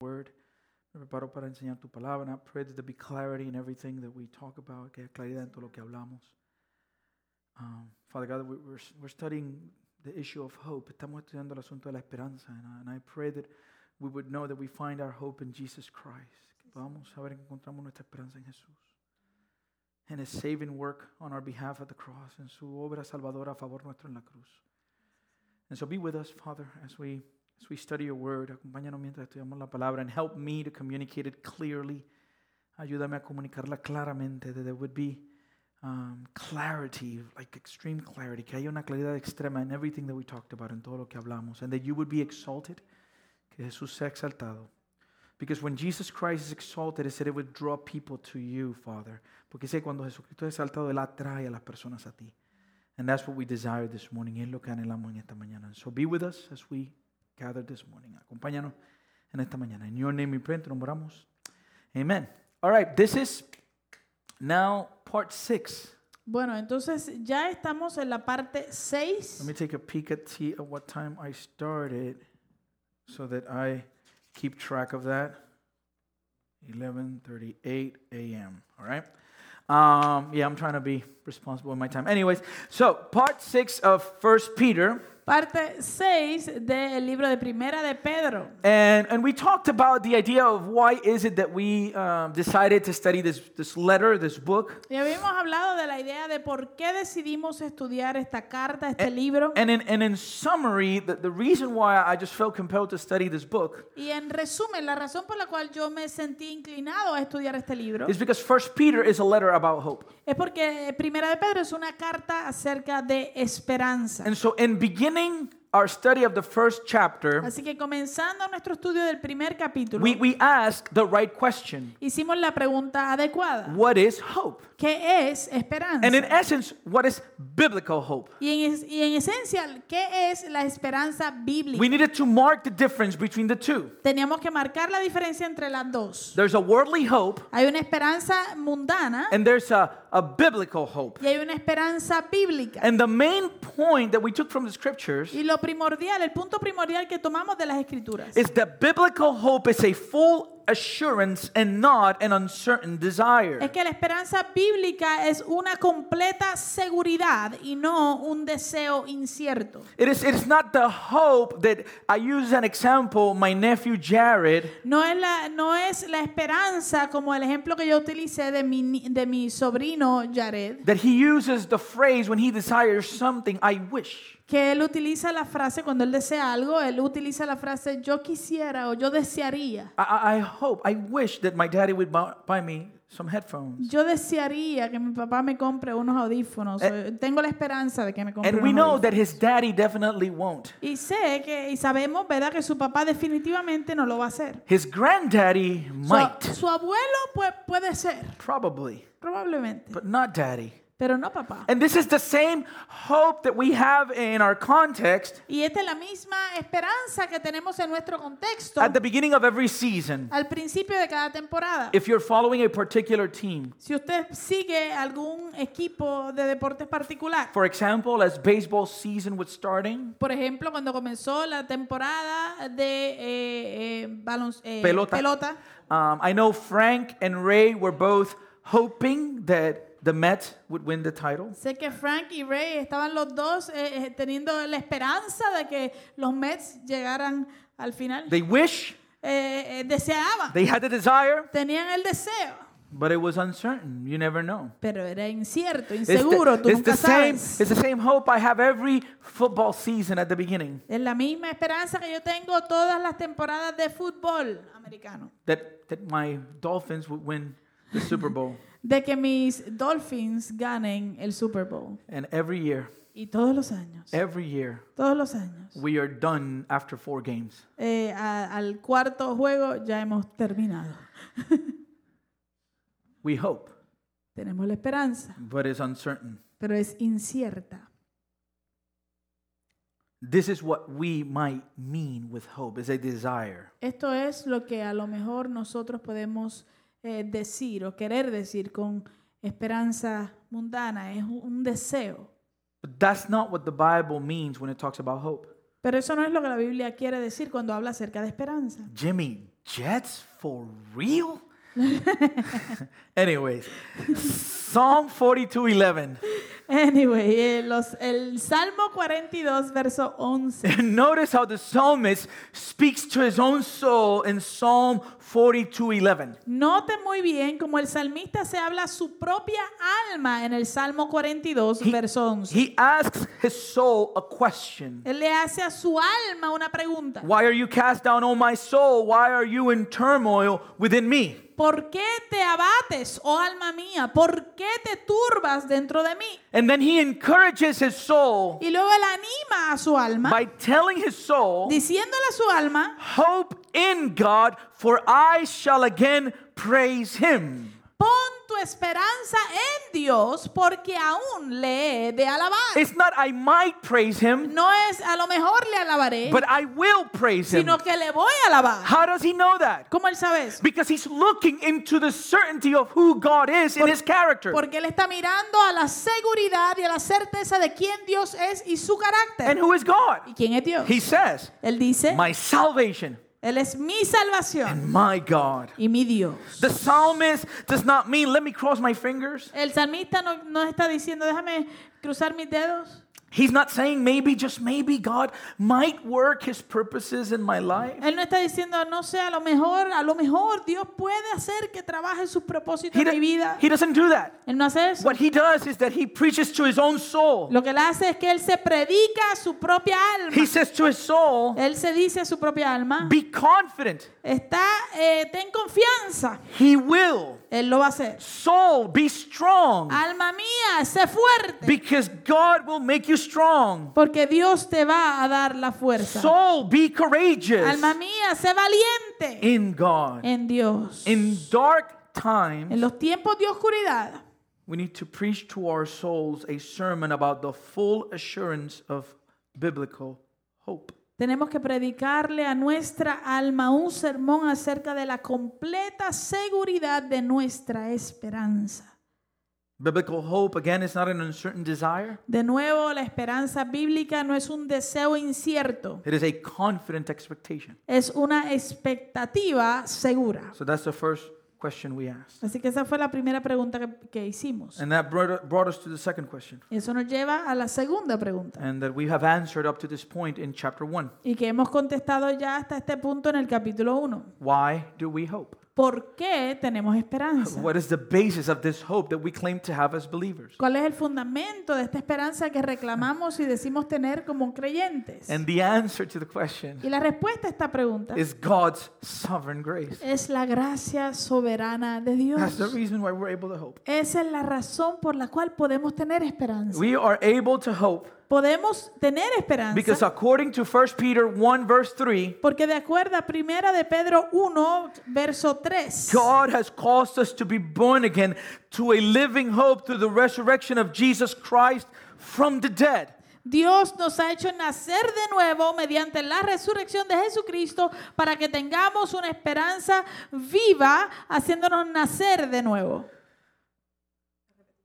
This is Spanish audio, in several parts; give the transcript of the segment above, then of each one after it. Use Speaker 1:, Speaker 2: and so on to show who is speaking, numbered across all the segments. Speaker 1: word. Me preparo para enseñar tu palabra. And I pray that there be clarity in everything that we talk about, que haya claridad en todo lo que hablamos. Um, Father God, we, we're, we're studying the issue of hope. Estamos estudiando el asunto de la esperanza. And I, and I pray that we would know that we find our hope in Jesus Christ. Que podamos saber que encontramos nuestra esperanza en Jesús. En his saving work on our behalf at the cross. En su obra salvadora a favor nuestro en la cruz. And so be with us, Father, as we as we study your word. Acompáñanos mientras estudiamos la palabra and help me to communicate it clearly. Ayúdame a comunicarla claramente. That there would be um, clarity, like extreme clarity. Que haya una claridad extrema in everything that we talked about, en todo lo que hablamos. And that you would be exalted. Que Jesús sea exaltado. Because when Jesus Christ is exalted, it said it would draw people to you, Father. Porque sé cuando Jesucristo es exaltado, Él atrae a las personas a ti. And that's what we desire this morning. y Es lo que anhelamos en esta mañana. So be with us as we gathered this morning. Acompáñanos en esta mañana. In your name we pray, te nombramos. Amen. All right, this is now part six.
Speaker 2: Bueno, entonces ya estamos en la parte
Speaker 1: Let
Speaker 2: 6.
Speaker 1: me take a peek at see at what time I started so that I keep track of that. 11:38 a.m. All right. Um, yeah, I'm trying to be responsible with my time. Anyways, so part six of First Peter,
Speaker 2: Parte 6 del libro de Primera de Pedro.
Speaker 1: and and we talked about the idea of why is it that we um, decided to study this this letter, this book,
Speaker 2: Y habíamos hablado de la idea de por qué decidimos estudiar esta carta,
Speaker 1: Eh,
Speaker 2: este libro.
Speaker 1: and in and in summary, the, the reason why I just felt compelled to study this book
Speaker 2: Y en resumen, la razón por la cual yo me sentí inclinado a estudiar este libro
Speaker 1: is because First Peter is a letter about hope.
Speaker 2: es porque Primera de Pedro es una carta acerca de esperanza.
Speaker 1: And so, in beginning our study of the first chapter,
Speaker 2: Así que comenzando nuestro estudio del primer capítulo,
Speaker 1: we, we asked the right question
Speaker 2: hicimos la pregunta adecuada.
Speaker 1: What is hope?
Speaker 2: ¿Qué es esperanza?
Speaker 1: And in essence, what is biblical hope?
Speaker 2: Y en, es- y en esencia, ¿qué es la esperanza bíblica?
Speaker 1: We needed to mark the difference between the two.
Speaker 2: Teníamos que marcar la diferencia entre las dos.
Speaker 1: There's a worldly hope,
Speaker 2: Hay una esperanza mundana
Speaker 1: and there's a, a biblical hope.
Speaker 2: y hay una esperanza bíblica.
Speaker 1: And the main point that we took from the scriptures
Speaker 2: Y lo primordial, el punto primordial que tomamos de las escrituras
Speaker 1: is that biblical hope is a full assurance and not an uncertain desire.
Speaker 2: es que la esperanza bíblica es una completa seguridad y no un deseo incierto.
Speaker 1: It is, it is not the hope that I use as an example, my nephew Jared.
Speaker 2: No es, la, no es la esperanza como el ejemplo que yo utilicé de mi, ni- de mi sobrino Jared,
Speaker 1: that he uses the phrase when he desires something, I wish.
Speaker 2: que él utiliza la frase cuando él desea algo, él utiliza la frase yo quisiera o yo desearía.
Speaker 1: I, I, I hope, I wish that my daddy would buy, buy me some headphones.
Speaker 2: Yo desearía que mi papá me compre unos audífonos. o Tengo la esperanza de que me compre
Speaker 1: Eh, And we
Speaker 2: unos
Speaker 1: know
Speaker 2: audífonos.
Speaker 1: that his daddy definitely won't.
Speaker 2: Y sé que, y sabemos, ¿verdad? Que su papá definitivamente no lo va a hacer.
Speaker 1: His granddaddy
Speaker 2: Su-
Speaker 1: might,
Speaker 2: Su, abuelo pue- puede ser,
Speaker 1: probably,
Speaker 2: probablemente,
Speaker 1: but eh, not daddy.
Speaker 2: pero no papá.
Speaker 1: And this is the same hope that we have in our context
Speaker 2: Y esta es la misma esperanza que tenemos en nuestro contexto
Speaker 1: at the beginning of every season.
Speaker 2: al principio de cada temporada.
Speaker 1: If you're following a particular team,
Speaker 2: Si usted sigue algún equipo de deportes particular,
Speaker 1: for example, as baseball season was starting,
Speaker 2: por ejemplo, cuando comenzó la temporada de eh, eh, balon- eh,
Speaker 1: Pelota.
Speaker 2: pelota
Speaker 1: Um, I know Frank and Ray were both hoping that the Mets would win the title.
Speaker 2: Sé que Frank y Ray estaban los dos eh, eh, teniendo la esperanza de que los Mets llegaran al final.
Speaker 1: They wish,
Speaker 2: Eh, eh, deseaban,
Speaker 1: they had the desire,
Speaker 2: tenían el deseo,
Speaker 1: but it was uncertain. You never know.
Speaker 2: pero era incierto,
Speaker 1: It's the-
Speaker 2: inseguro, tú
Speaker 1: it's
Speaker 2: nunca
Speaker 1: the Este, same, este
Speaker 2: sabes.
Speaker 1: it's the same hope I have every football season at the beginning
Speaker 2: Es la misma esperanza que yo tengo todas las temporadas de fútbol americano,
Speaker 1: that, that my Dolphins would win the Super Bowl.
Speaker 2: de que mis Dolphins ganen el Super Bowl.
Speaker 1: And every year,
Speaker 2: Y todos los años,
Speaker 1: every year,
Speaker 2: todos los años,
Speaker 1: we are done after four games.
Speaker 2: eh, a- al cuarto juego ya hemos terminado.
Speaker 1: We hope,
Speaker 2: Tenemos la esperanza.
Speaker 1: but it's uncertain.
Speaker 2: pero es incierta.
Speaker 1: This is what we might mean with hope, is a desire.
Speaker 2: Esto es lo que a lo mejor nosotros podemos eh, decir o querer decir con esperanza mundana, es un- un deseo.
Speaker 1: But that's not what the Bible means when it talks about hope.
Speaker 2: Pero eso no es lo que la Biblia quiere decir cuando habla acerca de esperanza.
Speaker 1: Jimmy, Jets for real? Anyways, Psalm 42:11.
Speaker 2: Anyway, eh, los- el Salmo 42, verso 11.
Speaker 1: And notice how the psalmist speaks to his own soul in Psalm 42:11.
Speaker 2: Note muy bien cómo el salmista se habla a su propia alma en el Salmo 42,
Speaker 1: He-
Speaker 2: verso 11.
Speaker 1: He asks his soul a question.
Speaker 2: Él le hace a su alma una pregunta.
Speaker 1: Why are you cast down, O my soul? Why are you in turmoil within me?
Speaker 2: ¿Por qué te abates, oh alma mía? ¿Por qué te turbas dentro de mí?
Speaker 1: And then he encourages his soul
Speaker 2: Y luego él anima a su alma,
Speaker 1: by telling his soul,
Speaker 2: diciéndole a su alma,
Speaker 1: Hope in God, for I shall again praise him.
Speaker 2: pon tu esperanza en Dios porque aún le he de alabar.
Speaker 1: It's not I might praise him,
Speaker 2: No es a lo mejor le alabaré,
Speaker 1: but I will praise him.
Speaker 2: sino que le voy a alabar.
Speaker 1: How does he know that?
Speaker 2: ¿Cómo él sabe eso?
Speaker 1: Because he's looking into the certainty of who God is in his character.
Speaker 2: Porque él está mirando a la seguridad y a la certeza de quién Dios es y su
Speaker 1: And
Speaker 2: carácter.
Speaker 1: who is God?
Speaker 2: ¿Y quién es Dios?
Speaker 1: He says,
Speaker 2: Él dice,
Speaker 1: My salvation
Speaker 2: Él es mi salvación
Speaker 1: and my God.
Speaker 2: y mi Dios.
Speaker 1: The psalmist does not mean, let me cross my fingers.
Speaker 2: El salmista no, no está diciendo, déjame cruzar mis dedos.
Speaker 1: He's not saying, maybe, just maybe, God might work his purposes in my life.
Speaker 2: Él no está diciendo, no sé, a lo mejor, a lo mejor Dios puede hacer que trabaje sus propósitos
Speaker 1: He,
Speaker 2: en
Speaker 1: do-
Speaker 2: mi vida.
Speaker 1: he doesn't do that.
Speaker 2: Él no hace eso.
Speaker 1: What he does is that he preaches to his own soul.
Speaker 2: Lo que él hace es que él se predica a su propia alma.
Speaker 1: He says to his soul,
Speaker 2: Él se dice a su propia alma,
Speaker 1: Be confident,
Speaker 2: está, eh, ten confianza.
Speaker 1: he will.
Speaker 2: Él lo va a hacer.
Speaker 1: Soul, be strong.
Speaker 2: Alma mía, sé fuerte.
Speaker 1: Because God will make you strong.
Speaker 2: Porque Dios te va a dar la fuerza.
Speaker 1: Soul, be courageous
Speaker 2: Alma mía, sé valiente
Speaker 1: in God.
Speaker 2: en Dios.
Speaker 1: In dark
Speaker 2: En
Speaker 1: times,
Speaker 2: los tiempos de oscuridad,
Speaker 1: we need to preach to our souls a sermon about the full assurance of biblical hope.
Speaker 2: tenemos que predicarle a nuestra alma un sermón acerca de la completa seguridad de nuestra esperanza.
Speaker 1: Biblical hope, again, is not an uncertain desire,
Speaker 2: De nuevo, la esperanza bíblica no es un deseo incierto,
Speaker 1: it is a confident expectation.
Speaker 2: es una expectativa segura.
Speaker 1: So that's the first question we asked.
Speaker 2: Así que esa fue la primera pregunta que, que hicimos.
Speaker 1: And that brought, brought us to the second question,
Speaker 2: Eso nos lleva a la segunda pregunta.
Speaker 1: and that we have answered up to this point in chapter 1.
Speaker 2: y que hemos contestado ya hasta este punto en el capítulo 1.
Speaker 1: Why do we hope?
Speaker 2: ¿Por qué tenemos esperanza?
Speaker 1: What is the basis of this hope that we claim to have as believers?
Speaker 2: ¿Cuál es el fundamento de esta esperanza que reclamamos y decimos tener como creyentes?
Speaker 1: And the answer to the question
Speaker 2: Y la respuesta a esta pregunta
Speaker 1: is God's sovereign grace.
Speaker 2: es la gracia soberana de
Speaker 1: That's the
Speaker 2: Dios.
Speaker 1: reason why we're able to hope.
Speaker 2: Esa es la razón por la cual podemos tener esperanza.
Speaker 1: We are able to hope
Speaker 2: Podemos tener
Speaker 1: because
Speaker 2: esperanza
Speaker 1: according to 1 Peter 1 verse 3,
Speaker 2: porque de acuerdo a primera de Pedro 1, verso 3,
Speaker 1: God has caused us to be born again to a living hope through the resurrection of Jesus Christ from the dead.
Speaker 2: Dios nos ha hecho nacer de nuevo mediante la resurrección de Jesucristo para que tengamos una esperanza viva haciéndonos nacer de nuevo.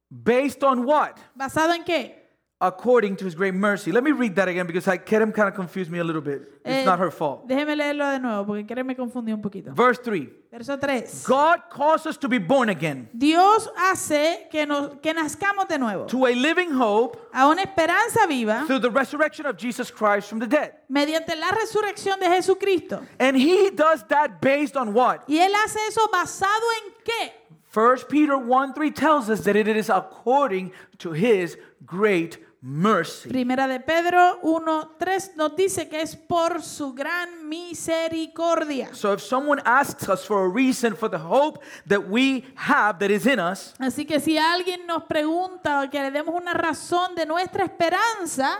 Speaker 1: Based on what?
Speaker 2: ¿Basado en qué?
Speaker 1: According to his great mercy. Let me read that again because I Kerem kind of confused me a little bit.
Speaker 2: Eh,
Speaker 1: It's not her fault.
Speaker 2: Déjeme leerlo de nuevo porque creo que me confundí un poquito.
Speaker 1: Verse 3.
Speaker 2: Verso 3.
Speaker 1: God calls us to be born again
Speaker 2: Dios hace que, nos, que nazcamos de nuevo
Speaker 1: to a living hope
Speaker 2: a una esperanza viva
Speaker 1: through the resurrection of Jesus Christ from the dead.
Speaker 2: mediante la resurrección de Jesucristo.
Speaker 1: And he does that based on what?
Speaker 2: Y Él hace eso basado en qué?
Speaker 1: 1 Peter 1 3 tells us that it is according to his great mercy.
Speaker 2: Primera de Pedro 1:3 nos dice que es por su gran misericordia.
Speaker 1: So if someone asks us for a reason for the hope that we have that is in us,
Speaker 2: Así que si alguien nos pregunta o que le demos una razón de nuestra esperanza,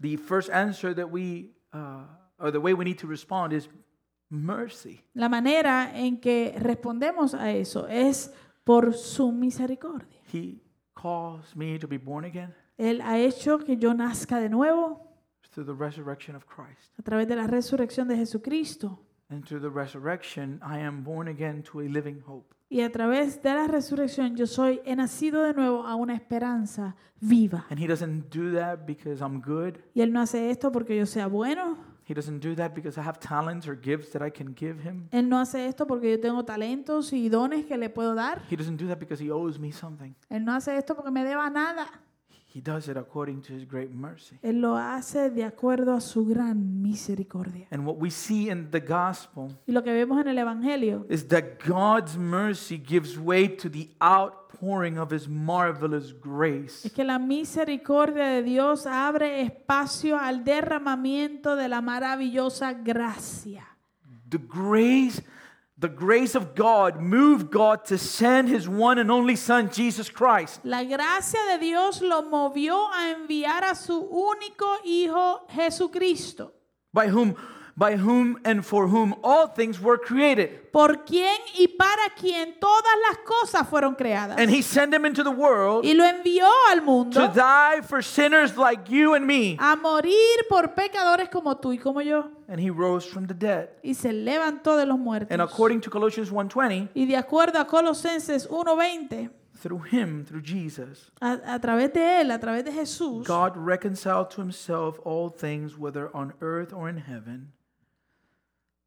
Speaker 1: the first answer that we, uh, or the way we need to respond is mercy.
Speaker 2: la manera en que respondemos a eso es por su misericordia.
Speaker 1: He calls me to be born again
Speaker 2: Él ha hecho que yo nazca de nuevo
Speaker 1: through the resurrection of Christ.
Speaker 2: a través de la resurrección de Jesucristo.
Speaker 1: And through the resurrection, I am born again to a living hope.
Speaker 2: Y a través de la resurrección yo soy, he nacido de nuevo a una esperanza viva.
Speaker 1: And he doesn't do that because I'm good.
Speaker 2: Y Él no hace esto porque yo sea bueno,
Speaker 1: He doesn't do that because I have talents or gifts that I can give him.
Speaker 2: Él no hace esto porque yo tengo talentos y dones que le puedo dar.
Speaker 1: He doesn't do that because he owes me something.
Speaker 2: Él no hace esto porque me deba nada.
Speaker 1: He does it according to his great mercy.
Speaker 2: Él lo hace de acuerdo a su gran misericordia.
Speaker 1: And what we see in the gospel
Speaker 2: Y lo que vemos en el Evangelio
Speaker 1: is that God's mercy gives way to the outpouring of his marvelous grace.
Speaker 2: es que la misericordia de Dios abre espacio al derramamiento de la maravillosa gracia.
Speaker 1: The grace the grace of God moved God to send his one and only son Jesus Christ.
Speaker 2: La gracia de Dios lo movió a enviar a su único Hijo Jesucristo,
Speaker 1: by whom by whom and for whom all things were created
Speaker 2: por quien y para quien todas las cosas fueron creadas.
Speaker 1: and he sent him into the world
Speaker 2: y lo envió al
Speaker 1: to
Speaker 2: mundo
Speaker 1: die for sinners like you and me
Speaker 2: a morir por pecadores como tú y como yo.
Speaker 1: and he rose from the dead
Speaker 2: Y se levantó de los
Speaker 1: and
Speaker 2: muertos.
Speaker 1: according to colossians 1.20
Speaker 2: Y de acuerdo a Colosenses 1.20,
Speaker 1: through him through jesus
Speaker 2: a, a través de él, a través de Jesús,
Speaker 1: god reconciled to himself all things whether on earth or in heaven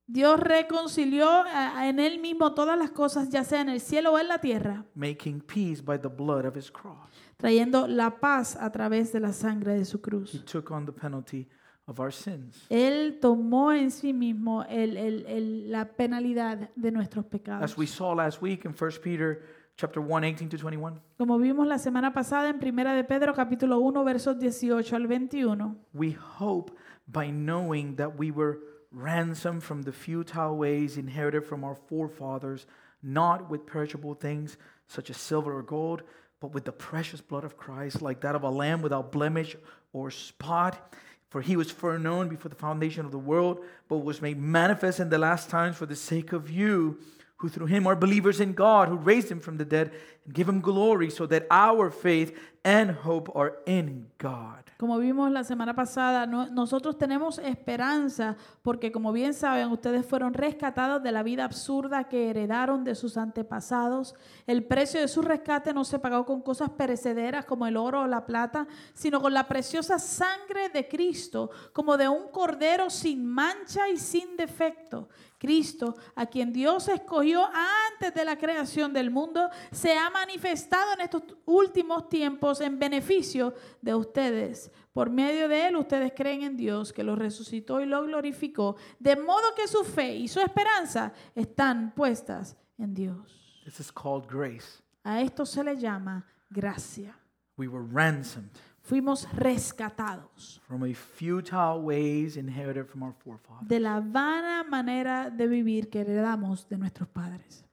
Speaker 2: Dios reconcilió a- a- en él mismo todas las cosas, ya sea en el cielo o en la tierra,
Speaker 1: making peace by the blood of his cross
Speaker 2: trayendo la paz a través de la sangre de su
Speaker 1: he
Speaker 2: cruz.
Speaker 1: took on the penalty of our sins
Speaker 2: Él tomó en sí mismo el- el- el- la penalidad de nuestros pecados.
Speaker 1: as we saw last week in 1 peter chapter 1 18 to 21
Speaker 2: Como vimos la semana pasada en Primera de Pedro capítulo 1 versos 18 al 21.
Speaker 1: We hope by knowing that we were ransomed from the futile ways inherited from our forefathers, not with perishable things such as silver or gold, but with the precious blood of Christ, like that of a lamb without blemish or spot. For he was foreknown before the foundation of the world, but was made manifest in the last times for the sake of you, who through him are believers in God, who raised him from the dead and give him glory, so that our faith and hope are in God.
Speaker 2: Como vimos la semana pasada, no- nosotros tenemos esperanza porque como bien saben, ustedes fueron rescatados de la vida absurda que heredaron de sus antepasados. El precio de su rescate no se pagó con cosas perecederas como el oro o la plata, sino con la preciosa sangre de Cristo, como de un cordero sin mancha y sin defecto. Cristo, a quien Dios escogió antes de la creación del mundo, se ha manifestado en estos últimos tiempos en beneficio de ustedes. Por medio de él ustedes creen en Dios que lo resucitó y lo glorificó, de modo que su fe y su esperanza están puestas en Dios.
Speaker 1: This is called grace.
Speaker 2: A esto se le llama gracia.
Speaker 1: We were ransomed
Speaker 2: Fuimos rescatados
Speaker 1: from a futile ways inherited from our forefathers.
Speaker 2: de la vana manera de vivir que heredamos de nuestros padres.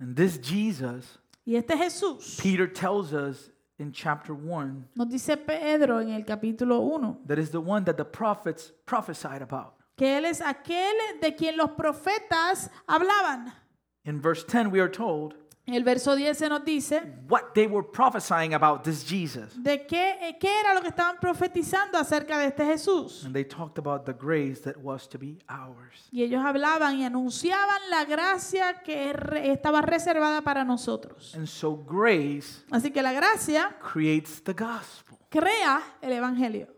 Speaker 1: And this Jesus,
Speaker 2: Y este Jesús
Speaker 1: Peter tells us in chapter 1,
Speaker 2: Nos dice Pedro en el capítulo 1
Speaker 1: that is the one that the prophets prophesied about.
Speaker 2: que Él es aquel de quien los profetas hablaban.
Speaker 1: In verse 10, we are told
Speaker 2: En El verso 10 se nos dice
Speaker 1: what they were prophesying about this Jesus.
Speaker 2: de qué, eh, qué era lo que estaban profetizando acerca de este Jesús.
Speaker 1: And they talked about the grace that was to be ours.
Speaker 2: Y ellos hablaban y anunciaban la gracia que re- estaba reservada para nosotros.
Speaker 1: And so grace
Speaker 2: Así que la gracia
Speaker 1: creates the gospel.
Speaker 2: crea el Evangelio.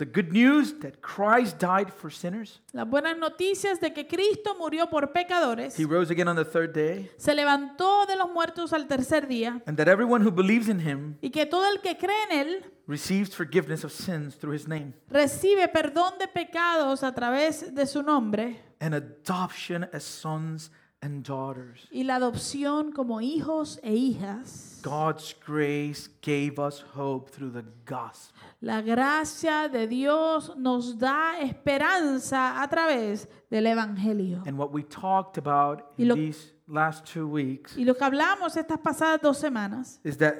Speaker 1: The good news that Christ died for sinners,
Speaker 2: Las buenas noticias de que Cristo murió por pecadores,
Speaker 1: he rose again on the third day,
Speaker 2: se levantó de los muertos al tercer día
Speaker 1: and that everyone who believes in him
Speaker 2: y que todo el que cree en Él
Speaker 1: receives forgiveness of sins through his name
Speaker 2: recibe perdón de pecados a través de su nombre
Speaker 1: and adoption as sons and daughters.
Speaker 2: y la adopción como hijos e hijas.
Speaker 1: God's grace gave us hope through the gospel.
Speaker 2: La gracia de Dios nos da esperanza a través del Evangelio.
Speaker 1: And what we talked about in
Speaker 2: Y lo-
Speaker 1: these last two weeks
Speaker 2: Y lo que hablamos estas pasadas dos semanas
Speaker 1: is that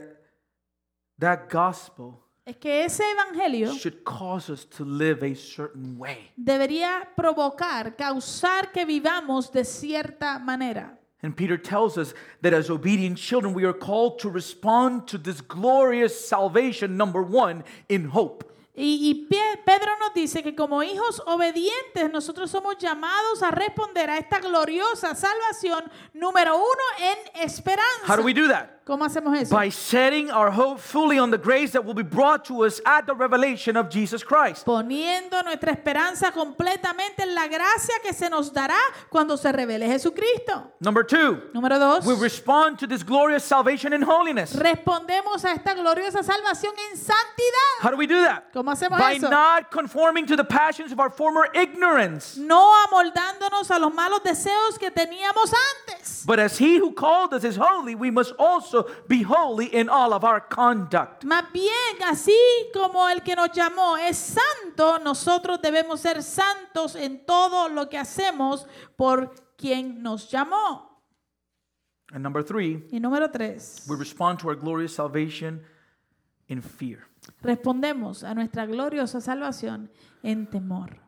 Speaker 1: that gospel
Speaker 2: es que ese Evangelio
Speaker 1: should cause us to live a certain way.
Speaker 2: debería provocar, causar que vivamos de cierta manera.
Speaker 1: And Peter tells us that as obedient children, we are called to respond to this glorious salvation, number one, in hope.
Speaker 2: Y, y Pie- Pedro nos dice que como hijos obedientes nosotros somos llamados a responder a esta gloriosa salvación número uno en
Speaker 1: How
Speaker 2: esperanza.
Speaker 1: do we do that?
Speaker 2: ¿Cómo hacemos eso?
Speaker 1: By setting our hope fully on the grace that will be brought to us at the revelation of Jesus Christ.
Speaker 2: Poniendo nuestra esperanza completamente en la gracia que se nos dará cuando se revele Jesucristo.
Speaker 1: Number two,
Speaker 2: Número dos.
Speaker 1: we respond to this glorious salvation in holiness.
Speaker 2: Respondemos a esta gloriosa salvación en santidad.
Speaker 1: How do we do that?
Speaker 2: ¿Cómo hacemos
Speaker 1: By
Speaker 2: eso?
Speaker 1: not conforming to the passions of our former ignorance.
Speaker 2: No amoldándonos a los malos deseos que teníamos antes.
Speaker 1: But as he who called us is holy, we must also be holy in all of our conduct.
Speaker 2: Más bien, así como el que nos llamó es santo, nosotros debemos ser santos en todo lo que hacemos por quien nos llamó.
Speaker 1: And number three,
Speaker 2: Y número tres,
Speaker 1: we respond to our glorious salvation in fear.
Speaker 2: respondemos a nuestra gloriosa salvación en temor.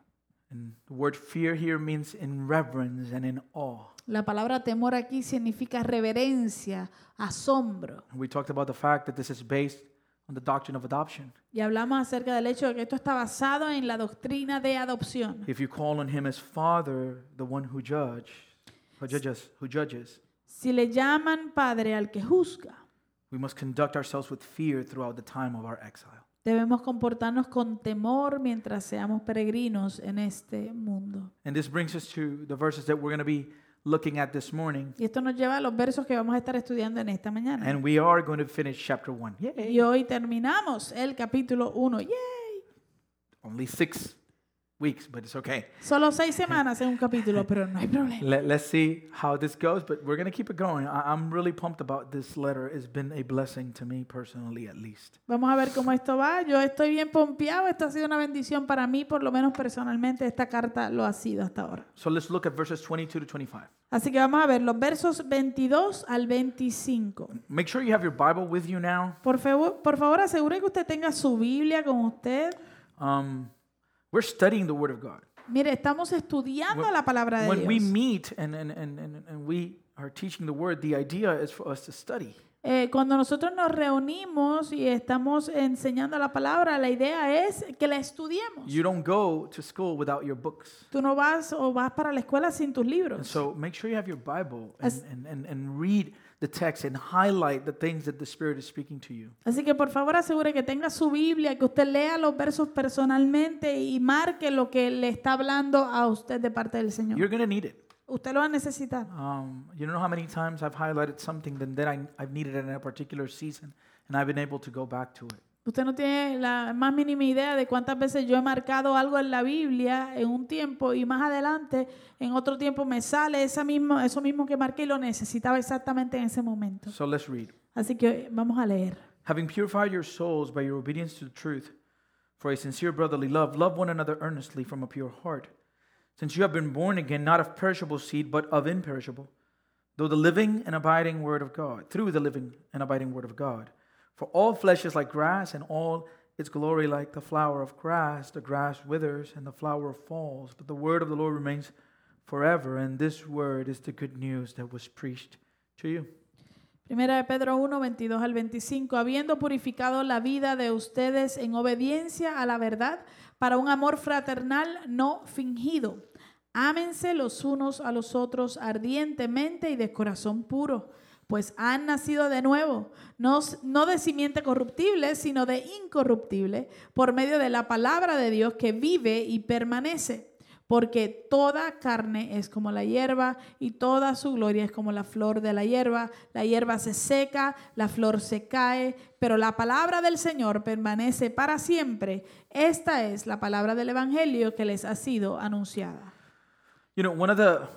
Speaker 1: And the word fear here means in reverence and in awe.
Speaker 2: La palabra temor aquí significa reverencia, asombro.
Speaker 1: And we talked about the fact that this is based on the doctrine of adoption.
Speaker 2: Y hablamos acerca del hecho de que esto está basado en la doctrina de adopción.
Speaker 1: If you call on him as father, the one who judge, who judges, who judges,
Speaker 2: Si le llaman padre al que juzga,
Speaker 1: we must conduct ourselves with fear throughout the time of our exile.
Speaker 2: debemos comportarnos con temor mientras seamos peregrinos en este mundo.
Speaker 1: And this brings us to the verses that we're going to be looking at this morning.
Speaker 2: Y esto nos lleva a los versos que vamos a estar estudiando en esta mañana.
Speaker 1: And we are going to finish chapter 1. Yay!
Speaker 2: Y hoy terminamos el capítulo 1.
Speaker 1: Only six weeks, but it's okay.
Speaker 2: Solo seis semanas en un capítulo, pero no hay problema.
Speaker 1: Let, let's see how this goes, but we're going to keep it going. I, I'm really pumped about this letter. It's been a blessing to me personally, at least.
Speaker 2: Vamos a ver cómo esto va. Yo estoy bien pompeado. Esto ha sido una bendición para mí, por lo menos personalmente. Esta carta lo ha sido hasta ahora.
Speaker 1: So let's look at verses 22 to 25.
Speaker 2: Así que vamos a ver los versos 22 al 25.
Speaker 1: Make sure you have your Bible with you now.
Speaker 2: Por, favor, por favor, asegure que usted tenga su Biblia con usted.
Speaker 1: Um, we're studying the Word of God.
Speaker 2: Mire, estamos estudiando
Speaker 1: When-
Speaker 2: la palabra de
Speaker 1: When we
Speaker 2: Dios.
Speaker 1: meet and, and, and, and, and we are teaching the Word, the idea is for us to study.
Speaker 2: Eh, cuando nosotros nos reunimos y estamos enseñando la palabra, la idea es que la estudiemos.
Speaker 1: You don't go to school without your books.
Speaker 2: Tú no vas o vas para la escuela sin tus
Speaker 1: And
Speaker 2: libros.
Speaker 1: so make sure you have your Bible and,
Speaker 2: As-
Speaker 1: and, and, and read the text and highlight the things that the Spirit is speaking to you.
Speaker 2: Así que por favor asegure que tenga su Biblia, que usted lea los versos personalmente y marque lo que le está hablando a usted de parte del Señor.
Speaker 1: You're going to need it.
Speaker 2: Usted lo va a necesitar.
Speaker 1: Um, you don't know how many times I've highlighted something then that I, I've needed in a particular season and I've been able to go back to it.
Speaker 2: Usted no tiene la más mínima idea de cuántas veces yo he marcado algo en la Biblia en un tiempo y más adelante en otro tiempo me sale esa mismo, eso mismo que marqué y lo necesitaba exactamente en ese momento.
Speaker 1: So let's read.
Speaker 2: Así que vamos a leer.
Speaker 1: Having purified your souls by your obedience to the truth, for a sincere brotherly love, love one another earnestly from a pure heart. Since you have been born again, not of perishable seed, but of imperishable, though the living and abiding word of God, through the living and abiding word of God. For all flesh is like grass, and all its glory like the flower of grass. The grass withers, and the flower falls, but the word of the Lord remains forever. And this word is the good news that was preached to you.
Speaker 2: Primera de Pedro 1, 22 al 25, habiendo purificado la vida de ustedes en obediencia a la verdad para un amor fraternal no fingido. Ámense los unos a los otros ardientemente y de corazón puro, pues han nacido de nuevo, no, s- no de simiente corruptible, sino de incorruptible, por medio de la palabra de Dios que vive y permanece. Porque toda carne es como la hierba y toda su gloria es como la flor de la hierba. La hierba se seca, la flor se cae, pero la palabra del Señor permanece para siempre. Esta es la palabra del Evangelio que les ha sido anunciada.
Speaker 1: You know, one of the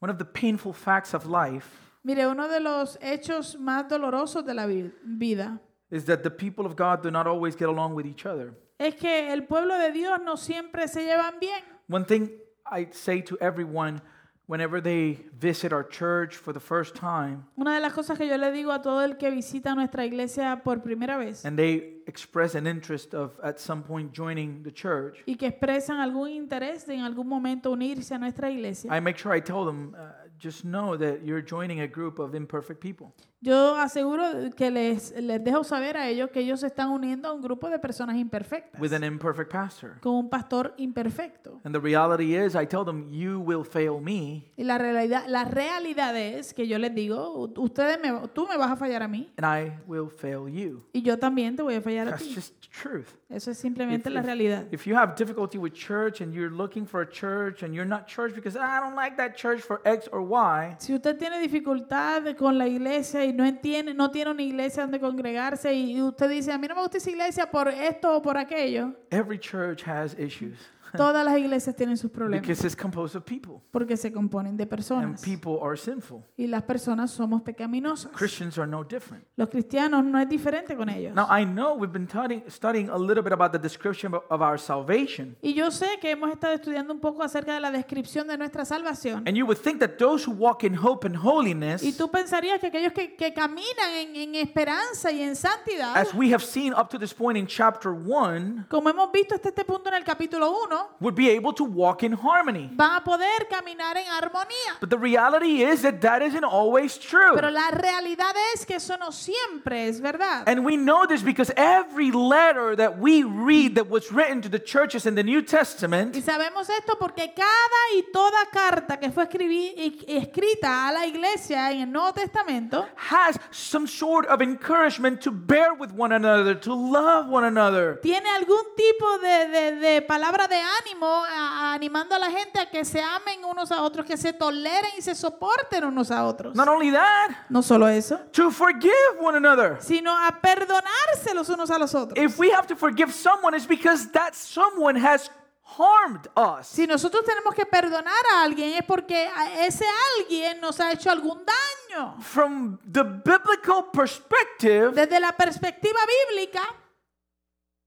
Speaker 1: one of the painful facts of life
Speaker 2: Mire, uno de los hechos más dolorosos de la vi- vida
Speaker 1: is that the people of God do not always get along with each other.
Speaker 2: es que el pueblo de Dios no siempre se llevan bien.
Speaker 1: One thing I say to everyone whenever they visit our church for the first time
Speaker 2: Una de las cosas que yo le digo a todo el que visita nuestra iglesia por primera vez
Speaker 1: and they express an interest of at some point joining the church,
Speaker 2: y que expresan algún interés de en algún momento unirse a nuestra iglesia,
Speaker 1: I make sure I tell them uh, just know that you're joining a group of imperfect people.
Speaker 2: Yo aseguro que les, les dejo saber a ellos que ellos se están uniendo a un grupo de personas imperfectas,
Speaker 1: with an imperfect pastor.
Speaker 2: con un pastor imperfecto.
Speaker 1: And the reality is, I tell them, you will fail me,
Speaker 2: Y la realidad, la realidad es que yo les digo, "U- ustedes me, tú me vas a fallar a mí
Speaker 1: and I will fail you.
Speaker 2: y yo también te voy a fallar a
Speaker 1: That's
Speaker 2: ti.
Speaker 1: just the truth.
Speaker 2: Eso es simplemente
Speaker 1: If-
Speaker 2: la realidad.
Speaker 1: If you have difficulty with church and you're looking for a church and you're not church because "Ah, I don't like that church for X or Y,
Speaker 2: Si usted tiene dificultad con la iglesia y no entiende, no tiene una iglesia donde congregarse y y usted dice, a mí no me gusta esa iglesia por esto o por aquello,
Speaker 1: every church has issues
Speaker 2: todas las iglesias tienen sus problemas
Speaker 1: because it's composed of people
Speaker 2: porque se componen de
Speaker 1: and
Speaker 2: personas
Speaker 1: people are sinful.
Speaker 2: y las personas somos pecaminosas.
Speaker 1: Christians are no different.
Speaker 2: Los cristianos no es diferente con ellos.
Speaker 1: Now, I know we've been studying, studying a little bit about the description of- of our salvation,
Speaker 2: Y yo sé que hemos estado estudiando un poco acerca de la descripción de nuestra salvación.
Speaker 1: and you would think that those who walk in hope and holiness,
Speaker 2: Y tú pensarías que aquellos que, que caminan en, en esperanza y en santidad,
Speaker 1: as we have seen up to this point in chapter 1,
Speaker 2: como hemos visto hasta este punto en el capítulo 1,
Speaker 1: would be able to walk in harmony.
Speaker 2: van a poder caminar en armonía.
Speaker 1: But the reality is that that isn't always true.
Speaker 2: Pero la realidad es que eso no siempre es verdad.
Speaker 1: And we know this because every letter that we read that was written to the churches in the New
Speaker 2: Y
Speaker 1: Testament
Speaker 2: sabemos esto porque cada y toda carta que fue escribí- y- y escrita a la iglesia en el Nuevo Testamento
Speaker 1: has some sort of encouragement to bear with one another, to love one another.
Speaker 2: tiene algún tipo de, de- de palabra de ánimo a- a- animando a la gente a que se amen unos a otros, que se toleren y se soporten unos a otros.
Speaker 1: Not only that,
Speaker 2: No solo eso,
Speaker 1: to forgive one another.
Speaker 2: sino a perdonarse los unos a los otros.
Speaker 1: If we have to forgive someone, it's because that someone has harmed us.
Speaker 2: Si nosotros tenemos que perdonar a alguien es porque a ese alguien nos ha hecho algún daño.
Speaker 1: From the biblical perspective,
Speaker 2: Desde la perspectiva bíblica,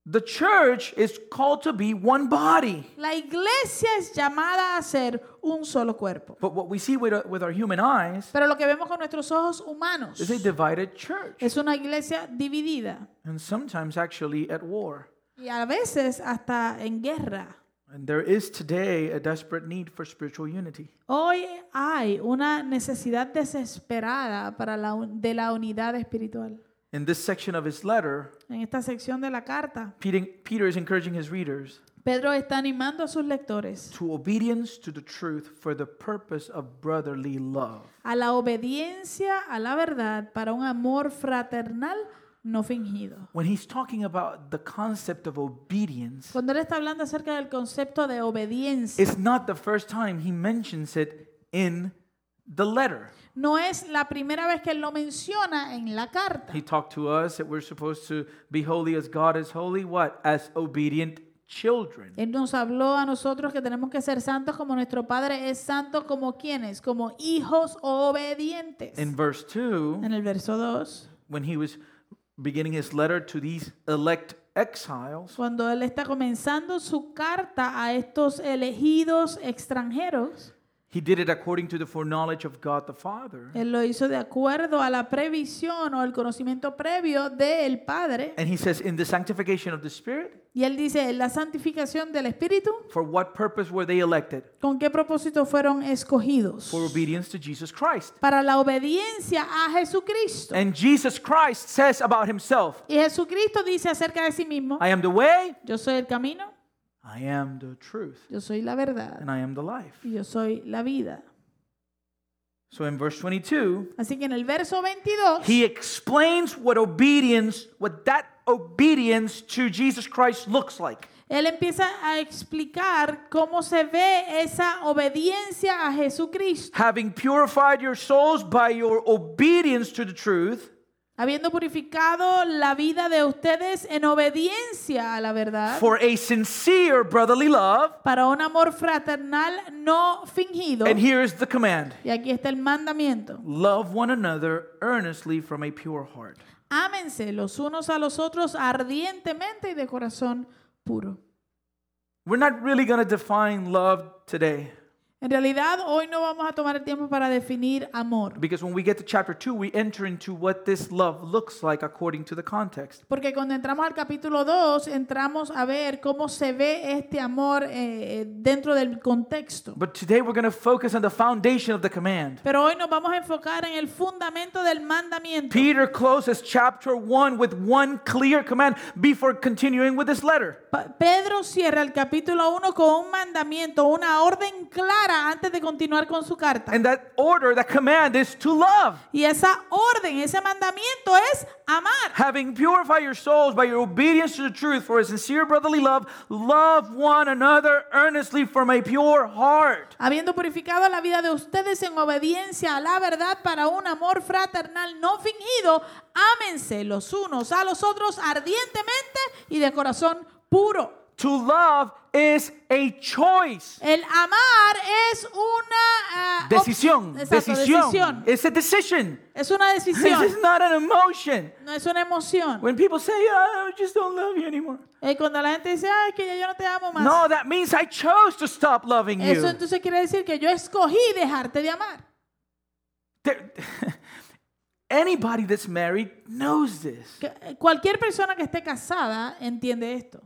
Speaker 1: the church is called to be one body.
Speaker 2: la iglesia es llamada a ser un solo cuerpo.
Speaker 1: But what we see with, with our human eyes
Speaker 2: Pero lo que vemos con nuestros ojos humanos
Speaker 1: is a divided church.
Speaker 2: es una iglesia dividida.
Speaker 1: and sometimes actually at war.
Speaker 2: Y a veces hasta en guerra.
Speaker 1: And there is today a desperate need for spiritual unity.
Speaker 2: Hoy hay una necesidad desesperada para la un- de la unidad espiritual.
Speaker 1: In this section of his letter,
Speaker 2: En esta sección de la carta,
Speaker 1: Peter Peter is encouraging his readers
Speaker 2: Pedro está animando a sus lectores
Speaker 1: to obedience to the truth for the purpose of brotherly love.
Speaker 2: a la obediencia a la verdad para un amor fraternal no fingido.
Speaker 1: When he's talking about the concept of obedience,
Speaker 2: Cuando él está hablando acerca del concepto de obediencia,
Speaker 1: it's not the first time he mentions it in the letter.
Speaker 2: no es la primera vez que él lo menciona en la carta.
Speaker 1: He talked to us that we're supposed to be holy as God is holy, what? As obedient children.
Speaker 2: Él nos habló a nosotros que tenemos que ser santos como nuestro Padre es santo, como quienes, como hijos obedientes.
Speaker 1: In verse 2,
Speaker 2: En el verso 2,
Speaker 1: when he was beginning his letter to these elect exiles,
Speaker 2: cuando él está comenzando su carta a estos elegidos extranjeros,
Speaker 1: he did it according to the foreknowledge of God the Father.
Speaker 2: él lo hizo de acuerdo a la previsión o el conocimiento previo del Padre.
Speaker 1: And he says, in the sanctification of the Spirit,
Speaker 2: Y él dice, la santificación del Espíritu,
Speaker 1: for what purpose were they elected?
Speaker 2: ¿con qué propósito fueron escogidos?
Speaker 1: For obedience to Jesus Christ.
Speaker 2: Para la obediencia a Jesucristo.
Speaker 1: And Jesus Christ says about himself,
Speaker 2: Y Jesucristo dice acerca de sí mismo,
Speaker 1: I am the way,
Speaker 2: Yo soy el camino,
Speaker 1: I am the truth,
Speaker 2: yo soy la verdad
Speaker 1: and I am the life.
Speaker 2: y yo soy la vida.
Speaker 1: So in verse 22,
Speaker 2: Así que en el verso 22,
Speaker 1: he explains what obedience, what that obedience to Jesus Christ looks like.
Speaker 2: él empieza a explicar cómo se ve esa obediencia a Jesucristo.
Speaker 1: having purified your souls by your obedience to the truth
Speaker 2: Habiendo purificado la vida de ustedes en obediencia a la verdad,
Speaker 1: for a sincere brotherly love.
Speaker 2: para un amor fraternal no fingido.
Speaker 1: And here is the command
Speaker 2: Y aquí está el mandamiento.
Speaker 1: love one another earnestly from a pure heart.
Speaker 2: Ámense los unos a los otros ardientemente y de corazón puro.
Speaker 1: We're not really going to define love today.
Speaker 2: En realidad, hoy no vamos a tomar el tiempo para definir amor,
Speaker 1: Because when we get to chapter 2, we enter into what this love looks like according to the context.
Speaker 2: porque cuando entramos al capítulo 2, entramos a ver cómo se ve este amor eh, eh, dentro del contexto.
Speaker 1: But today we're going to focus on the foundation of the command.
Speaker 2: Pero hoy nos vamos a enfocar en el fundamento del mandamiento.
Speaker 1: Peter closes chapter 1 with one clear command before continuing with this letter.
Speaker 2: Pa- Pedro cierra el capítulo 1 con un mandamiento, una orden clara antes de continuar con su carta.
Speaker 1: And that order, that command is to love.
Speaker 2: Y esa orden, ese mandamiento es amar.
Speaker 1: Having purified your souls by your obedience to the truth for a sincere brotherly love, love one another earnestly from a pure heart.
Speaker 2: Habiendo purificado la vida de ustedes en obediencia a la verdad para un amor fraternal no fingido, ámense los unos a los otros ardientemente y de corazón puro.
Speaker 1: To love is a choice.
Speaker 2: El amar es una ah, op-
Speaker 1: Decisión.
Speaker 2: Exacto,
Speaker 1: Decisión.
Speaker 2: decisión.
Speaker 1: It's a decision.
Speaker 2: Es una
Speaker 1: This
Speaker 2: decisión,
Speaker 1: is not an emotion.
Speaker 2: no es una emoción.
Speaker 1: When people say, "Oh, I just don't love you anymore.
Speaker 2: Eh, cuando la gente dice, ay, que ya yo no te amo más.
Speaker 1: No, that means I chose to stop loving
Speaker 2: Eso
Speaker 1: you.
Speaker 2: entonces quiere decir que yo escogí dejarte de amar.
Speaker 1: There- Anybody that's married knows this
Speaker 2: Que- eh, cualquier persona que esté casada entiende esto,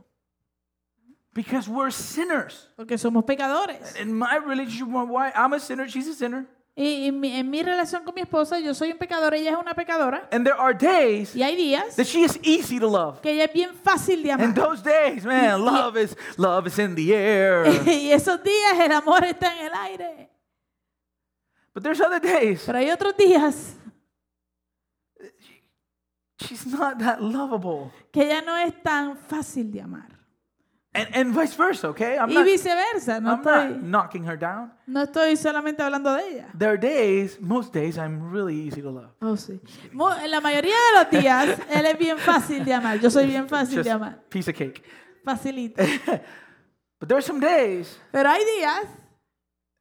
Speaker 1: because we're sinners.
Speaker 2: porque somos pecadores.
Speaker 1: In my relationship with my wife, I'm a sinner, she's a sinner.
Speaker 2: Y, y mi- en mi relación con mi esposa, yo soy un pecador, ella es una pecadora.
Speaker 1: And there are days
Speaker 2: Y hay días
Speaker 1: that she is easy to love.
Speaker 2: que ella es bien fácil de
Speaker 1: And
Speaker 2: amar.
Speaker 1: those days, man, love is love is in the air.
Speaker 2: y esos días el amor está en el aire.
Speaker 1: But there's other days
Speaker 2: Pero hay otros días
Speaker 1: she's not that lovable.
Speaker 2: que ya no es tan fácil de amar.
Speaker 1: And and vice versa, okay? I'm
Speaker 2: Y
Speaker 1: not,
Speaker 2: viceversa, no
Speaker 1: I'm not
Speaker 2: estoy,
Speaker 1: knocking her down.
Speaker 2: no estoy solamente hablando de ella.
Speaker 1: There are days, most days, I'm really easy to love.
Speaker 2: Oh, sí. Mu- en La mayoría de los días, él es bien fácil de amar. Yo soy bien fácil
Speaker 1: Just
Speaker 2: de amar.
Speaker 1: piece of cake.
Speaker 2: Facilito.
Speaker 1: But there are some days
Speaker 2: Pero hay días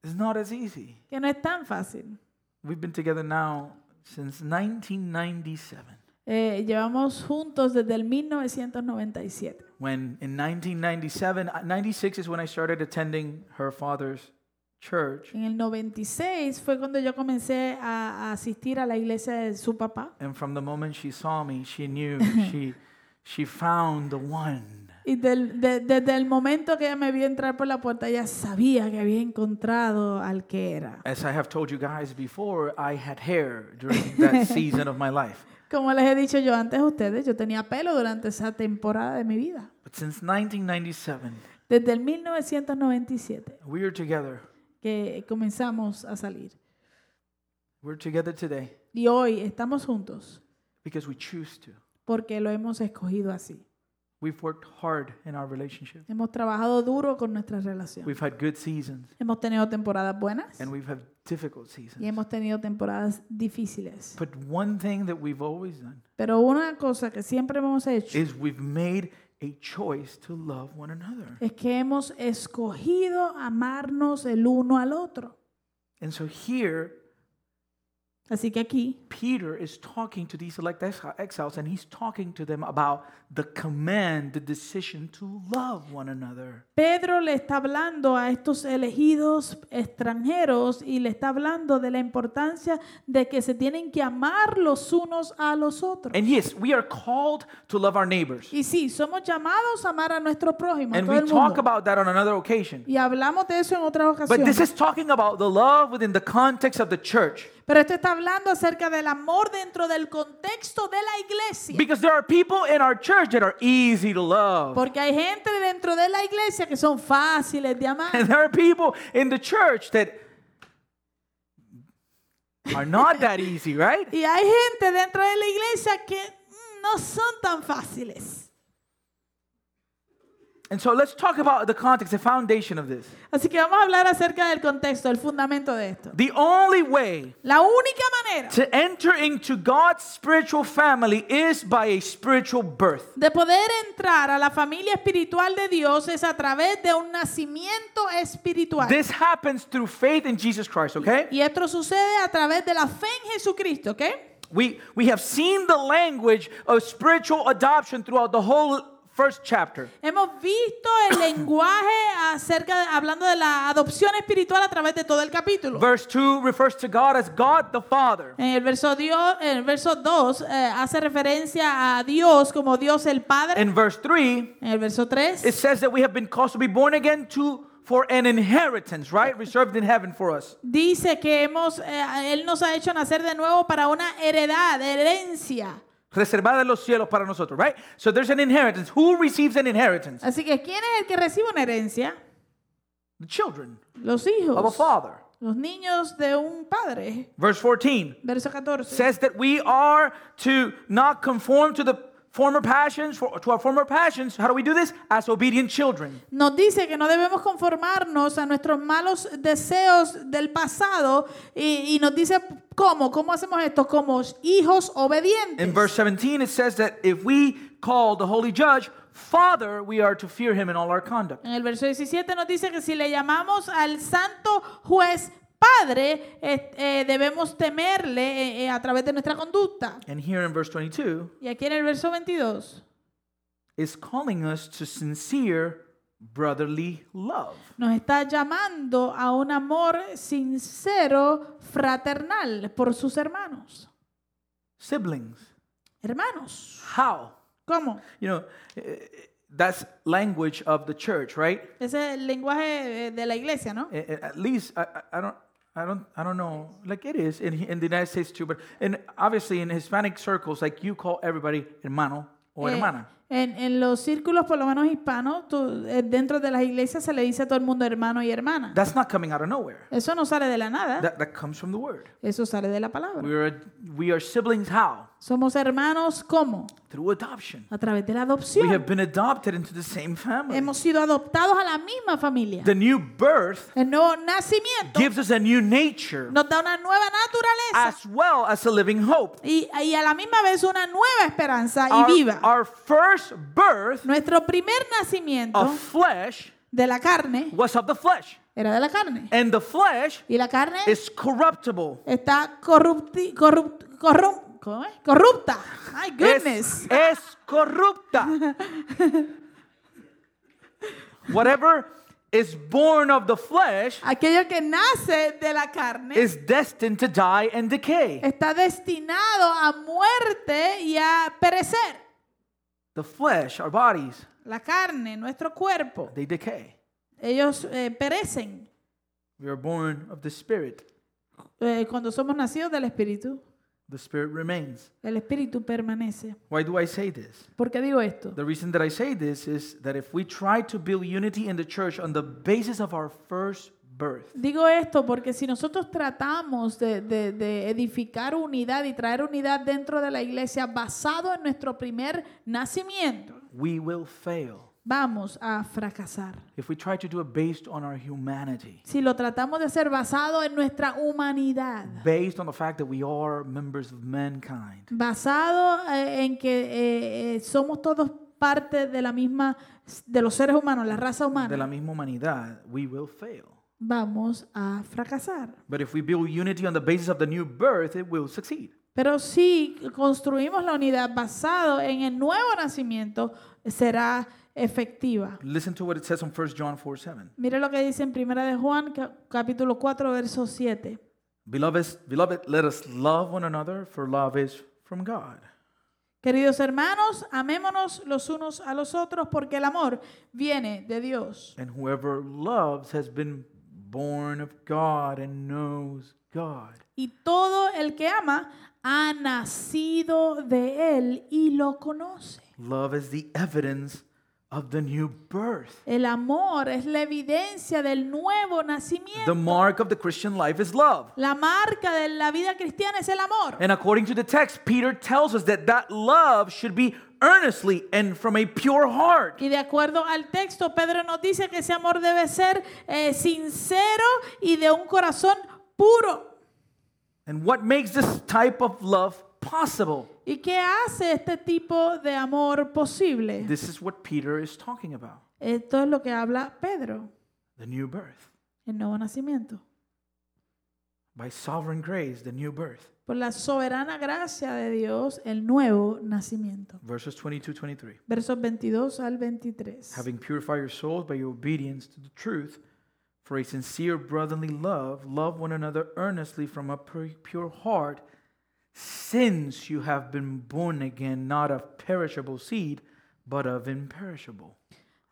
Speaker 1: it's not as easy.
Speaker 2: que no es tan fácil.
Speaker 1: We've been together now since 1997.
Speaker 2: Eh, llevamos juntos desde el 1997.
Speaker 1: When in 1997, uh, 96 is when I started attending her father's church.
Speaker 2: En el 96 fue cuando yo comencé a, a asistir a la iglesia de su papá.
Speaker 1: And from the moment she saw me, she knew she she found the one.
Speaker 2: Y del- de- desde el momento que ella me vio entrar por la puerta, ella sabía que había encontrado al que era.
Speaker 1: As I have told you guys before, I had hair during that season of my life.
Speaker 2: Como les he dicho yo antes a ustedes, yo tenía pelo durante esa temporada de mi vida.
Speaker 1: But since 1997,
Speaker 2: Desde el 1997
Speaker 1: we are together.
Speaker 2: que comenzamos a salir.
Speaker 1: We're together today
Speaker 2: Y hoy estamos juntos
Speaker 1: because we choose to.
Speaker 2: porque lo hemos escogido así.
Speaker 1: We've worked hard in our relationship.
Speaker 2: Hemos trabajado duro con nuestra relación.
Speaker 1: We've had good seasons
Speaker 2: Hemos tenido temporadas buenas
Speaker 1: and we've had difficult seasons.
Speaker 2: y hemos tenido temporadas difíciles.
Speaker 1: But one thing that we've always done
Speaker 2: Pero una cosa que siempre hemos hecho
Speaker 1: is we've made a choice to love one another.
Speaker 2: es que hemos escogido amarnos el uno al otro.
Speaker 1: And so here,
Speaker 2: Así que aquí
Speaker 1: Peter is talking to these elect ex- exiles and he's talking to them about the command, the decision to love one another.
Speaker 2: Pedro le está hablando a estos elegidos extranjeros y le está hablando de la importancia de que se tienen que amar los unos a los otros.
Speaker 1: And yes, we are called to love our neighbors.
Speaker 2: Y sí, somos llamados a amar a nuestro prójimo, a
Speaker 1: And
Speaker 2: todo
Speaker 1: we
Speaker 2: el
Speaker 1: talk
Speaker 2: mundo.
Speaker 1: about that on another occasion.
Speaker 2: Y hablamos de eso en otras
Speaker 1: But this
Speaker 2: ocasiones.
Speaker 1: is talking about the love within the context of the church.
Speaker 2: Pero esto está hablando acerca del amor dentro del contexto de la iglesia.
Speaker 1: Because there are people in our church that are easy to love.
Speaker 2: Porque hay gente dentro de la iglesia que son fáciles de amar.
Speaker 1: And there are people in the church that are not that easy, right?
Speaker 2: Y hay gente dentro de la iglesia que mm, no son tan fáciles.
Speaker 1: And so let's talk about the context, the foundation of this.
Speaker 2: Así que vamos a hablar acerca del contexto, el fundamento de esto.
Speaker 1: The only way
Speaker 2: La única manera
Speaker 1: to enter into God's spiritual family is by a spiritual birth.
Speaker 2: de poder entrar a la familia espiritual de Dios es a través de un nacimiento espiritual.
Speaker 1: This happens through faith in Jesus Christ, okay?
Speaker 2: Y esto sucede a través de la fe en Jesucristo, ¿ok?
Speaker 1: We we have seen the language of spiritual adoption throughout the whole first chapter.
Speaker 2: Hemos visto el lenguaje acerca hablando de la adopción espiritual a través de todo el capítulo.
Speaker 1: Verse 2 refers to God as God the Father.
Speaker 2: En el verso Dios, en el verso 2 eh, hace referencia a Dios como Dios el Padre.
Speaker 1: In verse 3,
Speaker 2: En el verso 3
Speaker 1: it says that we have been caused to be born again to for an inheritance, right? Reserved in heaven for us.
Speaker 2: dice que hemos eh, él nos ha hecho nacer de nuevo para una heredad, herencia.
Speaker 1: Reservada en los cielos para nosotros, right? So there's an inheritance. Who receives an inheritance?
Speaker 2: Así que ¿quién es el que recibe una herencia?
Speaker 1: The children
Speaker 2: Los
Speaker 1: of a
Speaker 2: hijos,
Speaker 1: father.
Speaker 2: los niños de un padre.
Speaker 1: Verse 14
Speaker 2: Verso 14.
Speaker 1: says that we are to not conform to the former passions, for, to our former passions. How do we do this? As obedient children.
Speaker 2: Nos dice que no debemos conformarnos a nuestros malos deseos del pasado y, y nos dice cómo, cómo hacemos esto como hijos
Speaker 1: In
Speaker 2: obedientes.
Speaker 1: verse 17, it says that if we call the holy judge Father, we are to fear him in all our conduct.
Speaker 2: En el verso 17 nos dice que si le llamamos al santo juez padre, eh, eh, debemos temerle eh, eh, a través de nuestra conducta.
Speaker 1: And here in verse 22,
Speaker 2: Y aquí en el verso 22
Speaker 1: is calling us to sincere brotherly love.
Speaker 2: nos está llamando a un amor sincero, fraternal por sus hermanos.
Speaker 1: Siblings.
Speaker 2: Hermanos,
Speaker 1: How?
Speaker 2: ¿cómo?
Speaker 1: You know, eh, that's language of the church, right?
Speaker 2: Ese es el lenguaje eh, de la iglesia, ¿no?
Speaker 1: Eh, eh, At least I, I- I don't. I don't, I don't know. Like it is in, in the United States too, but and obviously in Hispanic circles, like you call everybody hermano or
Speaker 2: Eh,
Speaker 1: hermana.
Speaker 2: en, en los círculos, por lo menos hispanos, tú- eh, dentro de las iglesias se le dice a todo el mundo hermano y hermana.
Speaker 1: That's not coming out of nowhere.
Speaker 2: Eso no sale de la nada,
Speaker 1: That, that comes from the word.
Speaker 2: eso sale de la palabra.
Speaker 1: We are, we are siblings how?
Speaker 2: Somos hermanos, ¿cómo?
Speaker 1: Through adoption.
Speaker 2: A través de la
Speaker 1: We
Speaker 2: adopción.
Speaker 1: have been adopted into the same family.
Speaker 2: Hemos sido adoptados a la misma familia.
Speaker 1: The new birth
Speaker 2: El nuevo nacimiento
Speaker 1: gives us a new nature
Speaker 2: nos da una nueva naturaleza
Speaker 1: as well as a living hope.
Speaker 2: y, y a la misma vez una nueva esperanza
Speaker 1: Our,
Speaker 2: y viva.
Speaker 1: our first birth
Speaker 2: Nuestro primer nacimiento
Speaker 1: of flesh
Speaker 2: de la carne
Speaker 1: was of the flesh,
Speaker 2: era de la carne.
Speaker 1: and the flesh
Speaker 2: Y la carne
Speaker 1: is corruptible.
Speaker 2: está corrupti, corrupt, corrum- ¿cómo es? corrupta. My
Speaker 1: Es,
Speaker 2: goodness.
Speaker 1: es corrupta. Whatever is born of the flesh
Speaker 2: Aquello que nace de la carne
Speaker 1: is destined to die and decay.
Speaker 2: está destinado a muerte y a perecer.
Speaker 1: The flesh, our bodies,
Speaker 2: La carne, nuestro cuerpo,
Speaker 1: they decay.
Speaker 2: ellos eh, perecen
Speaker 1: We are born of the spirit.
Speaker 2: eh, cuando somos nacidos del Espíritu.
Speaker 1: The spirit remains.
Speaker 2: El Espíritu permanece.
Speaker 1: Why do I say this?
Speaker 2: ¿Por qué digo esto?
Speaker 1: The reason that I say this is that if we try to build unity in the church on the basis of our first birth,
Speaker 2: Digo esto porque si nosotros tratamos de, de- de edificar unidad y traer unidad dentro de la iglesia basado en nuestro primer nacimiento,
Speaker 1: we will fail.
Speaker 2: vamos a fracasar.
Speaker 1: If we try to do it based on our humanity,
Speaker 2: Si lo tratamos de hacer basado en nuestra humanidad,
Speaker 1: based on the fact that we are members of mankind,
Speaker 2: basado eh, en que eh, eh, somos todos parte de la misma, de los seres humanos, la raza
Speaker 1: de la
Speaker 2: humana,
Speaker 1: misma humanidad, we will fail.
Speaker 2: vamos a fracasar.
Speaker 1: But if we build unity on the basis of the new birth, it will succeed.
Speaker 2: Pero si construimos la unidad basado en el nuevo nacimiento, será efectiva.
Speaker 1: Listen to what it says on 1 John 4 7.
Speaker 2: Mire lo que dice en 1 de Juan ca- capítulo 4 verso 7.
Speaker 1: Beloved, beloved, let us love one another, for love is from God.
Speaker 2: Queridos hermanos, amémonos los unos a los otros porque el amor viene de Dios.
Speaker 1: And whoever loves has been born of God and knows God.
Speaker 2: Y todo el que ama ha nacido de él y lo conoce.
Speaker 1: Love is the evidence of the new birth.
Speaker 2: El amor es la evidencia del nuevo nacimiento.
Speaker 1: The mark of the Christian life is love.
Speaker 2: La marca de la vida cristiana es el amor.
Speaker 1: And according to the text, Peter tells us that that love should be earnestly and from a pure heart.
Speaker 2: Y de acuerdo al texto, Pedro nos dice que ese amor debe ser eh, sincero y de un corazón puro.
Speaker 1: And what makes this type of love possible?
Speaker 2: ¿Y qué hace este tipo de amor posible?
Speaker 1: This is what Peter is talking about
Speaker 2: Esto es lo que habla Pedro,
Speaker 1: the new birth.
Speaker 2: el nuevo nacimiento.
Speaker 1: by sovereign grace, the new birth.
Speaker 2: por la soberana gracia de Dios, el nuevo nacimiento.
Speaker 1: Verses 22 23.
Speaker 2: Versos 22 al 23.
Speaker 1: Having purified your souls by your obedience to the truth, for a sincere brotherly love, love one another earnestly from a pur- pure heart, since you have been born again, not of perishable seed, but of imperishable.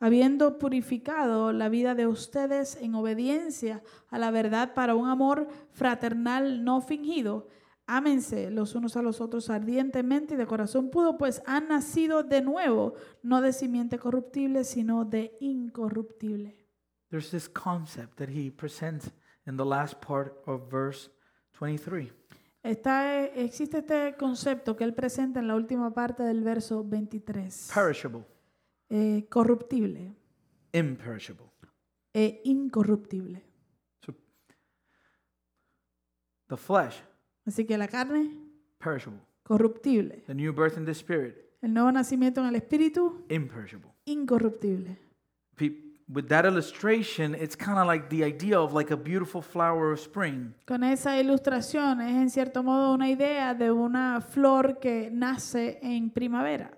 Speaker 2: habiendo purificado la vida de ustedes en obediencia a la verdad para un amor fraternal no fingido. Ámense los unos a los otros ardientemente y de corazón puro, pues han nacido de nuevo, no de simiente corruptible, sino de incorruptible.
Speaker 1: There's this concept that he presents in the last part of verse 23.
Speaker 2: Está, eh, existe este concepto que él presenta en la última parte del verso 23.
Speaker 1: Perishable,
Speaker 2: Eh, corruptible
Speaker 1: imperishable.
Speaker 2: e incorruptible.
Speaker 1: So the flesh,
Speaker 2: Así que la carne,
Speaker 1: perishable.
Speaker 2: corruptible.
Speaker 1: The new birth in the spirit,
Speaker 2: El nuevo nacimiento en el espíritu,
Speaker 1: imperishable.
Speaker 2: incorruptible.
Speaker 1: Pe- With that illustration, it's kind of like the idea of like a beautiful flower of spring.
Speaker 2: Con esa ilustración es en cierto modo una idea de una flor que nace en primavera.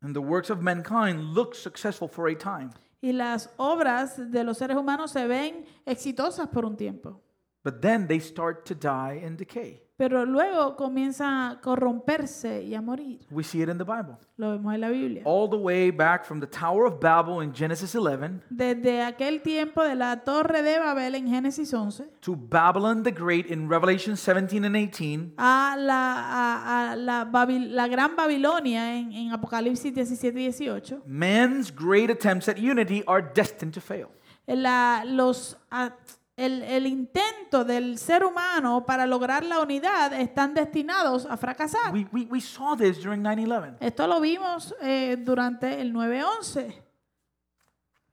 Speaker 1: And the works of mankind look successful for a time,
Speaker 2: Y las obras de los seres humanos se ven exitosas por un tiempo,
Speaker 1: but then they start to die and decay.
Speaker 2: pero luego comienza a corromperse y a morir.
Speaker 1: We see it in the Bible.
Speaker 2: Lo vemos en la Biblia.
Speaker 1: All the way back from the Tower of Babel in Genesis 11
Speaker 2: Desde aquel tiempo de la torre de Babel en Génesis 11
Speaker 1: to Babylon the Great in Revelation 17 and 18,
Speaker 2: a la, a- a la, Babil- la gran Babilonia en, en Apocalipsis 17 y 18.
Speaker 1: man's great attempts at unity are destined to fail.
Speaker 2: la- los, a- el, el intento del ser humano para lograr la unidad están destinados a fracasar.
Speaker 1: We, we, we saw this during 9 11.
Speaker 2: Esto lo vimos eh, durante el 9-11,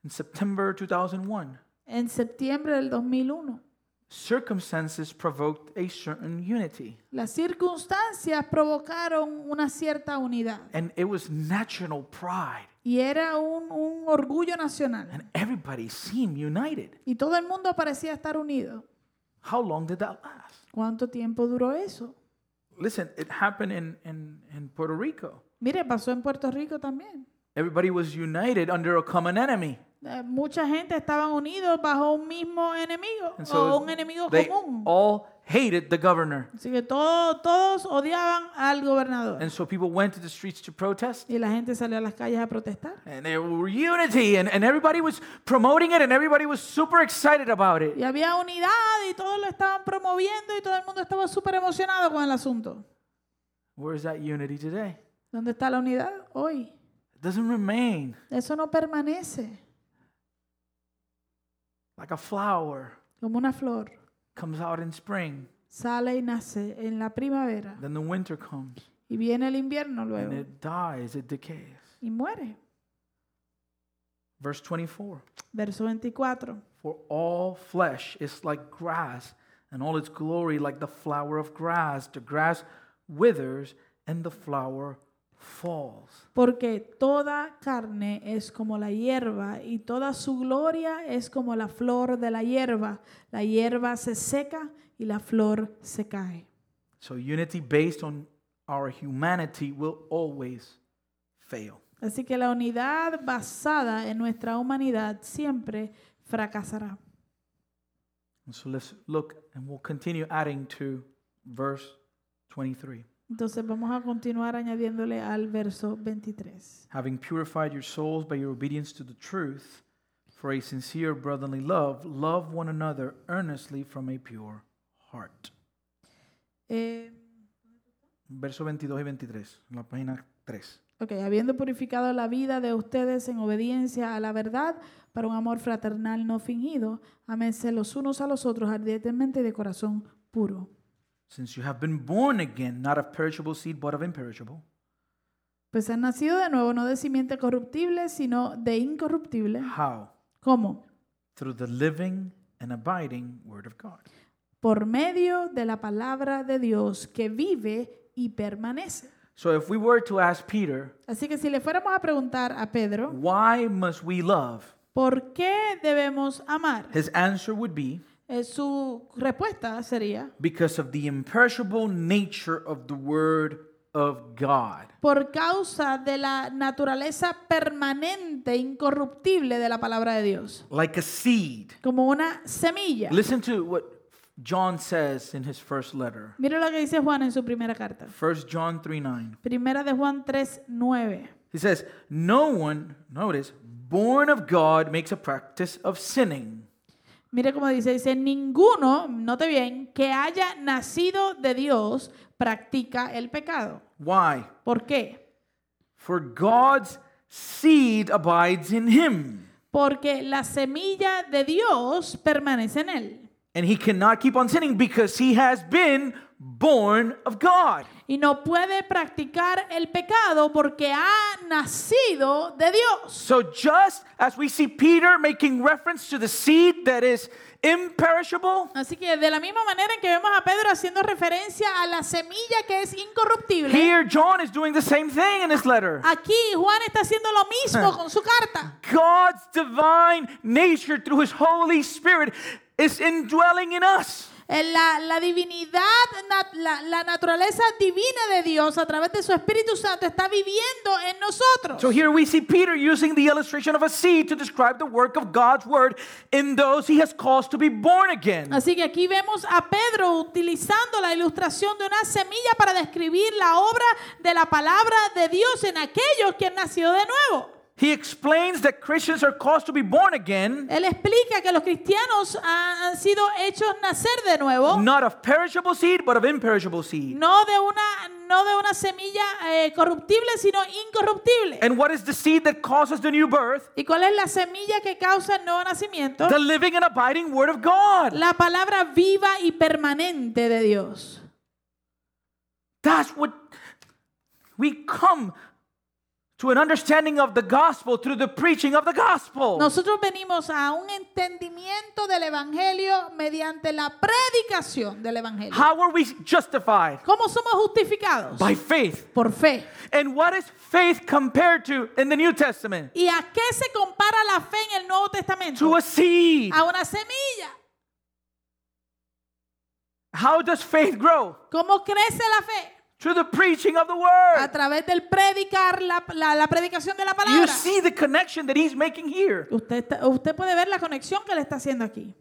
Speaker 1: In September 2001,
Speaker 2: en septiembre del 2001.
Speaker 1: circumstances provoked a certain unity.
Speaker 2: Las circunstancias provocaron una cierta unidad
Speaker 1: And it was national pride.
Speaker 2: y era un, un orgullo nacional.
Speaker 1: And everybody seemed united.
Speaker 2: Y todo el mundo parecía estar unido.
Speaker 1: How long did that last?
Speaker 2: ¿Cuánto tiempo duró eso?
Speaker 1: Listen, it happened in, in, in Puerto Rico.
Speaker 2: Mire, pasó en Puerto Rico también.
Speaker 1: Everybody was united under a common enemy.
Speaker 2: Eh, mucha gente estaban unidos bajo un mismo enemigo
Speaker 1: And
Speaker 2: o
Speaker 1: so
Speaker 2: Oh, un enemigo
Speaker 1: they
Speaker 2: común.
Speaker 1: all hated the governor.
Speaker 2: Así que todo- todos odiaban al gobernador.
Speaker 1: And so people went to the streets to protest.
Speaker 2: y la gente salió a las calles a protestar.
Speaker 1: And there were unity, and, and everybody was promoting it, and everybody was super excited about it.
Speaker 2: Y había unidad y todos lo estaban promoviendo y todo el mundo estaba súper emocionado con el asunto.
Speaker 1: Where's that unity today?
Speaker 2: ¿Dónde está la unidad hoy?
Speaker 1: It doesn't remain
Speaker 2: Eso no permanece
Speaker 1: like a flower
Speaker 2: como una flor.
Speaker 1: comes out in spring,
Speaker 2: Sale y nace en la primavera
Speaker 1: then the winter comes,
Speaker 2: y viene el invierno
Speaker 1: and
Speaker 2: luego
Speaker 1: it dies, it decays.
Speaker 2: y muere.
Speaker 1: Verse 24
Speaker 2: Verso 24.
Speaker 1: For all flesh is like grass, and all its glory like the flower of grass. The grass withers, and the flower falls.
Speaker 2: Porque toda carne es como la hierba y toda su gloria es como la flor de la hierba. La hierba se seca y la flor se cae.
Speaker 1: So, unity based on our humanity will always fail.
Speaker 2: Así que la unidad basada en nuestra humanidad siempre fracasará.
Speaker 1: And so, let's look, and we'll continue adding to verse 23.
Speaker 2: Entonces vamos a continuar añadiéndole al verso 23.
Speaker 1: having purified your souls by your obedience to the truth, for a sincere brotherly love, love one another earnestly from a pure heart.
Speaker 2: Eh,
Speaker 1: Verso 22 y 23, en la página 3.
Speaker 2: ok, habiendo purificado la vida de ustedes en obediencia a la verdad para un amor fraternal no fingido, amense los unos a los otros ardientemente y de corazón puro.
Speaker 1: Since you have been born again, not of perishable seed, but of imperishable,
Speaker 2: Pues han nacido de nuevo, no de simiente corruptible, sino de incorruptible.
Speaker 1: how?
Speaker 2: ¿Cómo?
Speaker 1: Through the living and abiding Word of God.
Speaker 2: Por medio de la palabra de Dios que vive y permanece.
Speaker 1: So if we were to ask Peter,
Speaker 2: Así que si le fuéramos a preguntar a Pedro,
Speaker 1: why must we love?
Speaker 2: ¿por qué debemos amar?
Speaker 1: His answer would be
Speaker 2: Eh, su respuesta sería,
Speaker 1: because of the imperishable nature of the Word of God.
Speaker 2: por causa de la naturaleza permanente, incorruptible de la palabra de Dios,
Speaker 1: Like a seed.
Speaker 2: como una semilla.
Speaker 1: Listen to what John says in his first letter.
Speaker 2: Mira lo que dice Juan en su primera carta.
Speaker 1: 1 John 3 9.
Speaker 2: Primera de Juan 3, 9.
Speaker 1: He says, No one, notice, born of God makes a practice of sinning.
Speaker 2: Mire cómo dice, dice, ninguno, note bien, que haya nacido de Dios practica el pecado.
Speaker 1: Why?
Speaker 2: ¿Por qué?
Speaker 1: For God's seed abides in him,
Speaker 2: Porque la semilla de Dios permanece en él.
Speaker 1: and he cannot keep on sinning because he has been born of God.
Speaker 2: Y no puede practicar el pecado porque ha nacido de Dios.
Speaker 1: So, just as we see Peter making reference to the seed that is imperishable,
Speaker 2: Así que de la misma manera en que vemos a Pedro haciendo referencia a la semilla que es incorruptible,
Speaker 1: here John is doing the same thing in his letter.
Speaker 2: aquí Juan está haciendo lo mismo con su carta.
Speaker 1: God's divine nature through his Holy Spirit is indwelling in us.
Speaker 2: Eh, La, la divinidad, na- la, la naturaleza divina de Dios a través de su Espíritu Santo está viviendo en nosotros.
Speaker 1: So here we see Peter using the illustration of a seed to describe the work of God's word in those he has caused to be born again.
Speaker 2: Así que aquí vemos a Pedro utilizando la ilustración de una semilla para describir la obra de la palabra de Dios en aquellos que han nacido de nuevo.
Speaker 1: He explains that Christians are caused to be born again,
Speaker 2: Él explica que los cristianos ha- han sido hechos nacer de nuevo,
Speaker 1: not of perishable seed, but of imperishable seed.
Speaker 2: no de una, no de una semilla eh, corruptible, sino incorruptible.
Speaker 1: And what is the seed that causes the new birth?
Speaker 2: ¿Y cuál es la semilla que causa el nuevo nacimiento?
Speaker 1: The living and abiding word of God.
Speaker 2: La palabra viva y permanente de Dios.
Speaker 1: That's what we come to an understanding of the gospel through the preaching of the gospel.
Speaker 2: Nosotros venimos a un entendimiento del Evangelio mediante la predicación del Evangelio.
Speaker 1: How are we justified?
Speaker 2: ¿Cómo somos justificados?
Speaker 1: By faith.
Speaker 2: Por fe.
Speaker 1: And what is faith compared to in the New Testament?
Speaker 2: ¿Y a qué se compara la fe en el Nuevo Testamento?
Speaker 1: To a seed.
Speaker 2: A una semilla.
Speaker 1: How does faith grow?
Speaker 2: ¿Cómo crece la fe?
Speaker 1: Through the preaching of the
Speaker 2: A
Speaker 1: word.
Speaker 2: través del predicar la, la- la predicación de la
Speaker 1: You
Speaker 2: palabra.
Speaker 1: see the connection that he's making here.
Speaker 2: Usted, está- usted puede ver la conexión que le está haciendo aquí.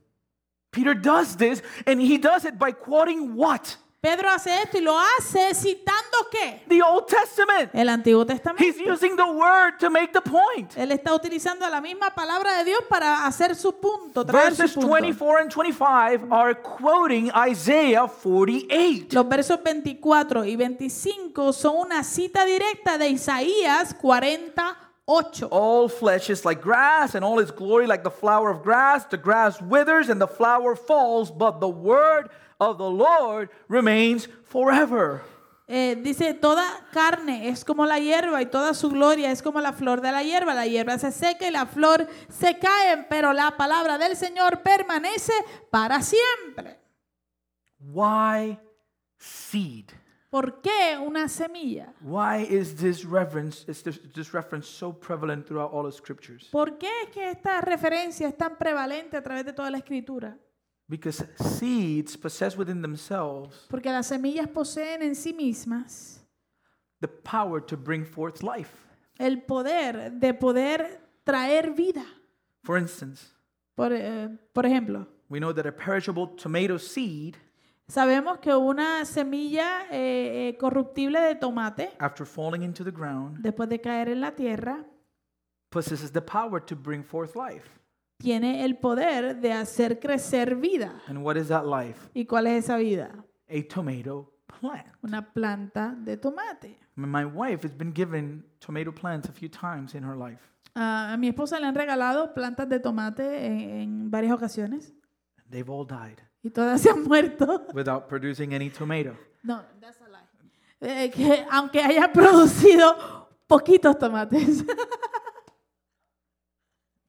Speaker 1: Peter does this, and he does it by quoting what?
Speaker 2: Pedro hace esto y lo hace citando qué?
Speaker 1: The Old Testament.
Speaker 2: El Antiguo
Speaker 1: He's
Speaker 2: Testamento.
Speaker 1: using the word to make the point.
Speaker 2: Él está utilizando la misma palabra de Dios para hacer su punto, traer
Speaker 1: Verses
Speaker 2: su punto.
Speaker 1: 24 and 25 are quoting Isaiah 48.
Speaker 2: Los versos 24 y 25 son una cita directa de Isaías 48.
Speaker 1: All flesh is like grass, and all its glory like the flower of grass. The grass withers and the flower falls, but the word of the Lord remains forever.
Speaker 2: Eh, dice, toda carne es como la hierba y toda su gloria es como la flor de la hierba. La hierba se seca y la flor se cae, pero la palabra del Señor permanece para siempre.
Speaker 1: Why seed?
Speaker 2: ¿Por qué una semilla?
Speaker 1: Why is this reference is this, this reference so prevalent throughout all the scriptures?
Speaker 2: ¿Por qué es que esta referencia es tan prevalente a través de toda la escritura?
Speaker 1: Because seeds possess within themselves
Speaker 2: Porque las semillas poseen en sí mismas
Speaker 1: the power to bring forth life.
Speaker 2: el poder de poder traer vida.
Speaker 1: For instance,
Speaker 2: Por, eh, por ejemplo,
Speaker 1: we know that a perishable tomato seed,
Speaker 2: sabemos que una semilla eh, eh, corruptible de tomate
Speaker 1: after falling into the ground,
Speaker 2: después de caer en la tierra,
Speaker 1: possesses the power to bring forth life.
Speaker 2: tiene el poder de hacer crecer vida.
Speaker 1: And what is that life?
Speaker 2: ¿Y cuál es esa vida?
Speaker 1: A tomato plant.
Speaker 2: Una planta de tomate.
Speaker 1: I mean, My wife has been given tomato plants a few times in her life.
Speaker 2: Ah, a mi esposa le han regalado plantas de tomate en, en varias ocasiones
Speaker 1: They've all died
Speaker 2: y todas se han muerto.
Speaker 1: without producing any tomato.
Speaker 2: No, that's a lie. Eh, que aunque haya producido poquitos tomates,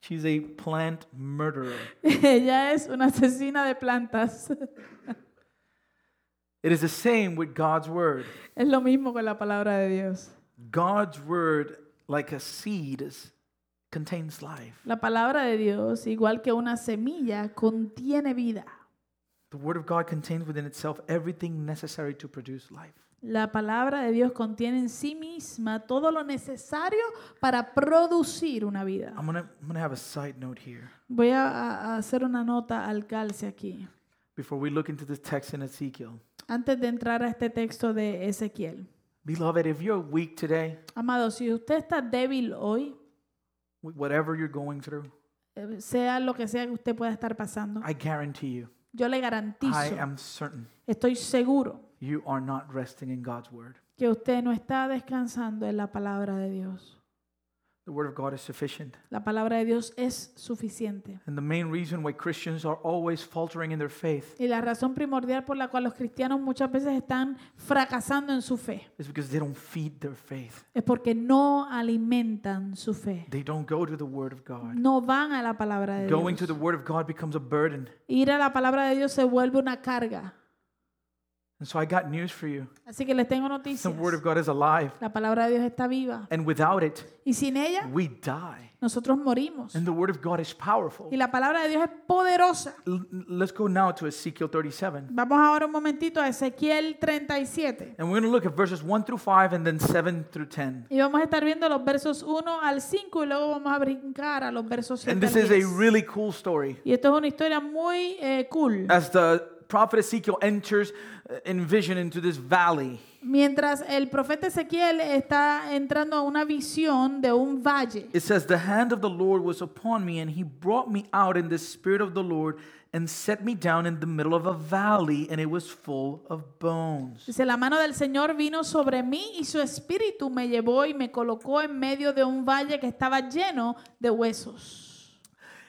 Speaker 1: She's a plant murderer.
Speaker 2: ella es una asesina de plantas.
Speaker 1: It is the same with God's word.
Speaker 2: Es lo mismo con la palabra de Dios.
Speaker 1: God's word, like a seed, is, contains life.
Speaker 2: La palabra de Dios, igual que una semilla, contiene vida.
Speaker 1: The Word of God contains within itself everything necessary to produce life.
Speaker 2: La palabra de Dios contiene en sí misma todo lo necesario para producir una vida.
Speaker 1: I'm going to I'm gonna have a side note here.
Speaker 2: Voy a, a- a hacer una nota al calce aquí,
Speaker 1: Before we look into this text in Ezekiel,
Speaker 2: antes de entrar a este texto de Ezequiel.
Speaker 1: beloved, if you're weak today,
Speaker 2: Amado, si usted está débil hoy,
Speaker 1: wh- whatever you're going through,
Speaker 2: eh, sea lo que sea que usted pueda estar pasando,
Speaker 1: I guarantee you,
Speaker 2: yo le
Speaker 1: I
Speaker 2: garantizo,
Speaker 1: am certain
Speaker 2: estoy seguro
Speaker 1: you are not resting in God's Word.
Speaker 2: que usted no está descansando en la palabra de Dios.
Speaker 1: The Word of God is sufficient.
Speaker 2: La palabra de Dios es suficiente.
Speaker 1: And the main reason why Christians are always faltering in their faith
Speaker 2: Y la razón primordial por la cual los cristianos muchas veces están fracasando en su fe
Speaker 1: is because they don't feed their faith.
Speaker 2: es porque no alimentan su fe.
Speaker 1: They don't go to the Word of God.
Speaker 2: No van a la palabra de
Speaker 1: Going to the
Speaker 2: Dios.
Speaker 1: Word of God becomes a burden.
Speaker 2: Ir a la palabra de Dios se vuelve una carga.
Speaker 1: And so I got news for you.
Speaker 2: Así que les tengo
Speaker 1: The
Speaker 2: noticias.
Speaker 1: Word of God is alive.
Speaker 2: La palabra de Dios está viva.
Speaker 1: And without it,
Speaker 2: Y sin ella,
Speaker 1: we die.
Speaker 2: nosotros morimos.
Speaker 1: And the Word of God is powerful.
Speaker 2: Y la palabra de Dios es poderosa.
Speaker 1: L- let's go now to Ezekiel 37.
Speaker 2: Vamos ahora un momentito a Ezequiel 37.
Speaker 1: And we're going to look at verses 1 through 5 and then 7 through 10.
Speaker 2: Y vamos a estar viendo los versos 1 al 5 y luego vamos a brincar a los versos 7
Speaker 1: And this
Speaker 2: al
Speaker 1: is a
Speaker 2: 10.
Speaker 1: really cool story.
Speaker 2: Y esto es una historia muy eh, cool.
Speaker 1: As the prophet Ezekiel enters uh, in vision into this valley,
Speaker 2: Mientras el profeta Ezequiel está entrando a una visión de un valle.
Speaker 1: it says, The hand of the Lord was upon me, and he brought me out in the spirit of the Lord and set me down in the middle of a valley, and it was full of bones.
Speaker 2: Dice, la mano del Señor vino sobre mí y su espíritu me llevó y me colocó en medio de un valle que estaba lleno de huesos.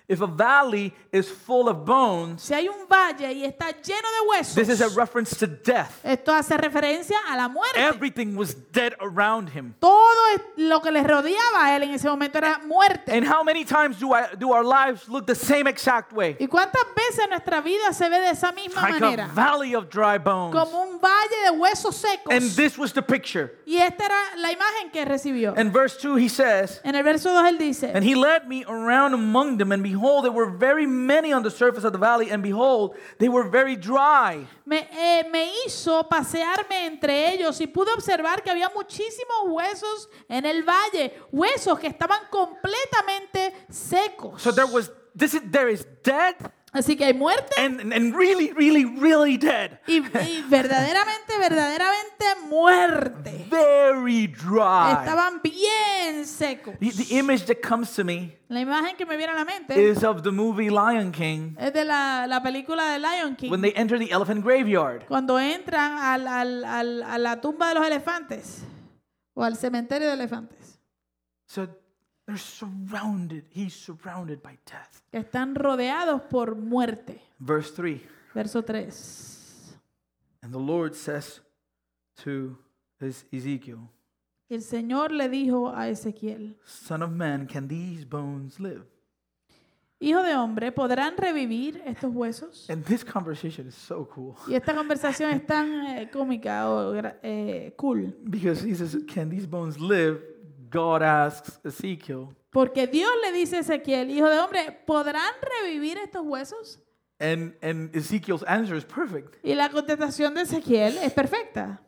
Speaker 1: If a valley is full of bones,
Speaker 2: Si hay un valle y está lleno de
Speaker 1: this is a
Speaker 2: huesos,
Speaker 1: reference to death.
Speaker 2: esto hace referencia a la muerte.
Speaker 1: Everything was dead around him.
Speaker 2: Todo es- lo que le rodeaba a él en ese momento era muerte.
Speaker 1: And how many times do I do our lives look the same exact way?
Speaker 2: ¿Y cuántas veces nuestra vida se ve de esa misma
Speaker 1: Like a
Speaker 2: manera?
Speaker 1: valley of dry bones.
Speaker 2: Como un valle de huesos
Speaker 1: And
Speaker 2: secos.
Speaker 1: this was the picture.
Speaker 2: Y esta era la imagen que recibió.
Speaker 1: And verse 2 he says,
Speaker 2: En el verso 2 él dice,
Speaker 1: and he led me around among them, and behold, there were very many on the surface of the valley, and behold, they were very dry.
Speaker 2: me, eh, me hizo pasearme entre ellos y pude observar que había muchísimos huesos en el valle, huesos que estaban completamente secos.
Speaker 1: So there was this is there is dead
Speaker 2: Así que hay muerte
Speaker 1: and, and, and really, really, really dead.
Speaker 2: y, y verdaderamente, verdaderamente muerte.
Speaker 1: Very dry.
Speaker 2: Estaban bien secos.
Speaker 1: The, the image that comes to me
Speaker 2: La imagen que me viene a la mente
Speaker 1: is of the movie Lion King
Speaker 2: es de la, la película de Lion King.
Speaker 1: when they enter the elephant graveyard.
Speaker 2: cuando entran al- al- al- a la tumba de los elefantes o al cementerio de elefantes,
Speaker 1: So they're surrounded. He's surrounded by death.
Speaker 2: que están rodeados por muerte.
Speaker 1: Verse 3.
Speaker 2: Verso 3.
Speaker 1: And the Lord says to his Ezekiel,
Speaker 2: Y El Señor le dijo a Ezequiel,
Speaker 1: Son of man, can these bones live?
Speaker 2: Hijo de hombre, ¿podrán revivir estos huesos?
Speaker 1: And this conversation is so cool
Speaker 2: Y esta conversación es tan eh, cómica o gra- eh, cool,
Speaker 1: because he says, Can these bones live? God asks Ezekiel.
Speaker 2: porque Dios le dice a Ezequiel, Hijo de hombre, ¿podrán revivir estos huesos?
Speaker 1: And, and Ezekiel's answer is perfect.
Speaker 2: Y la contestación de Ezequiel es perfecta.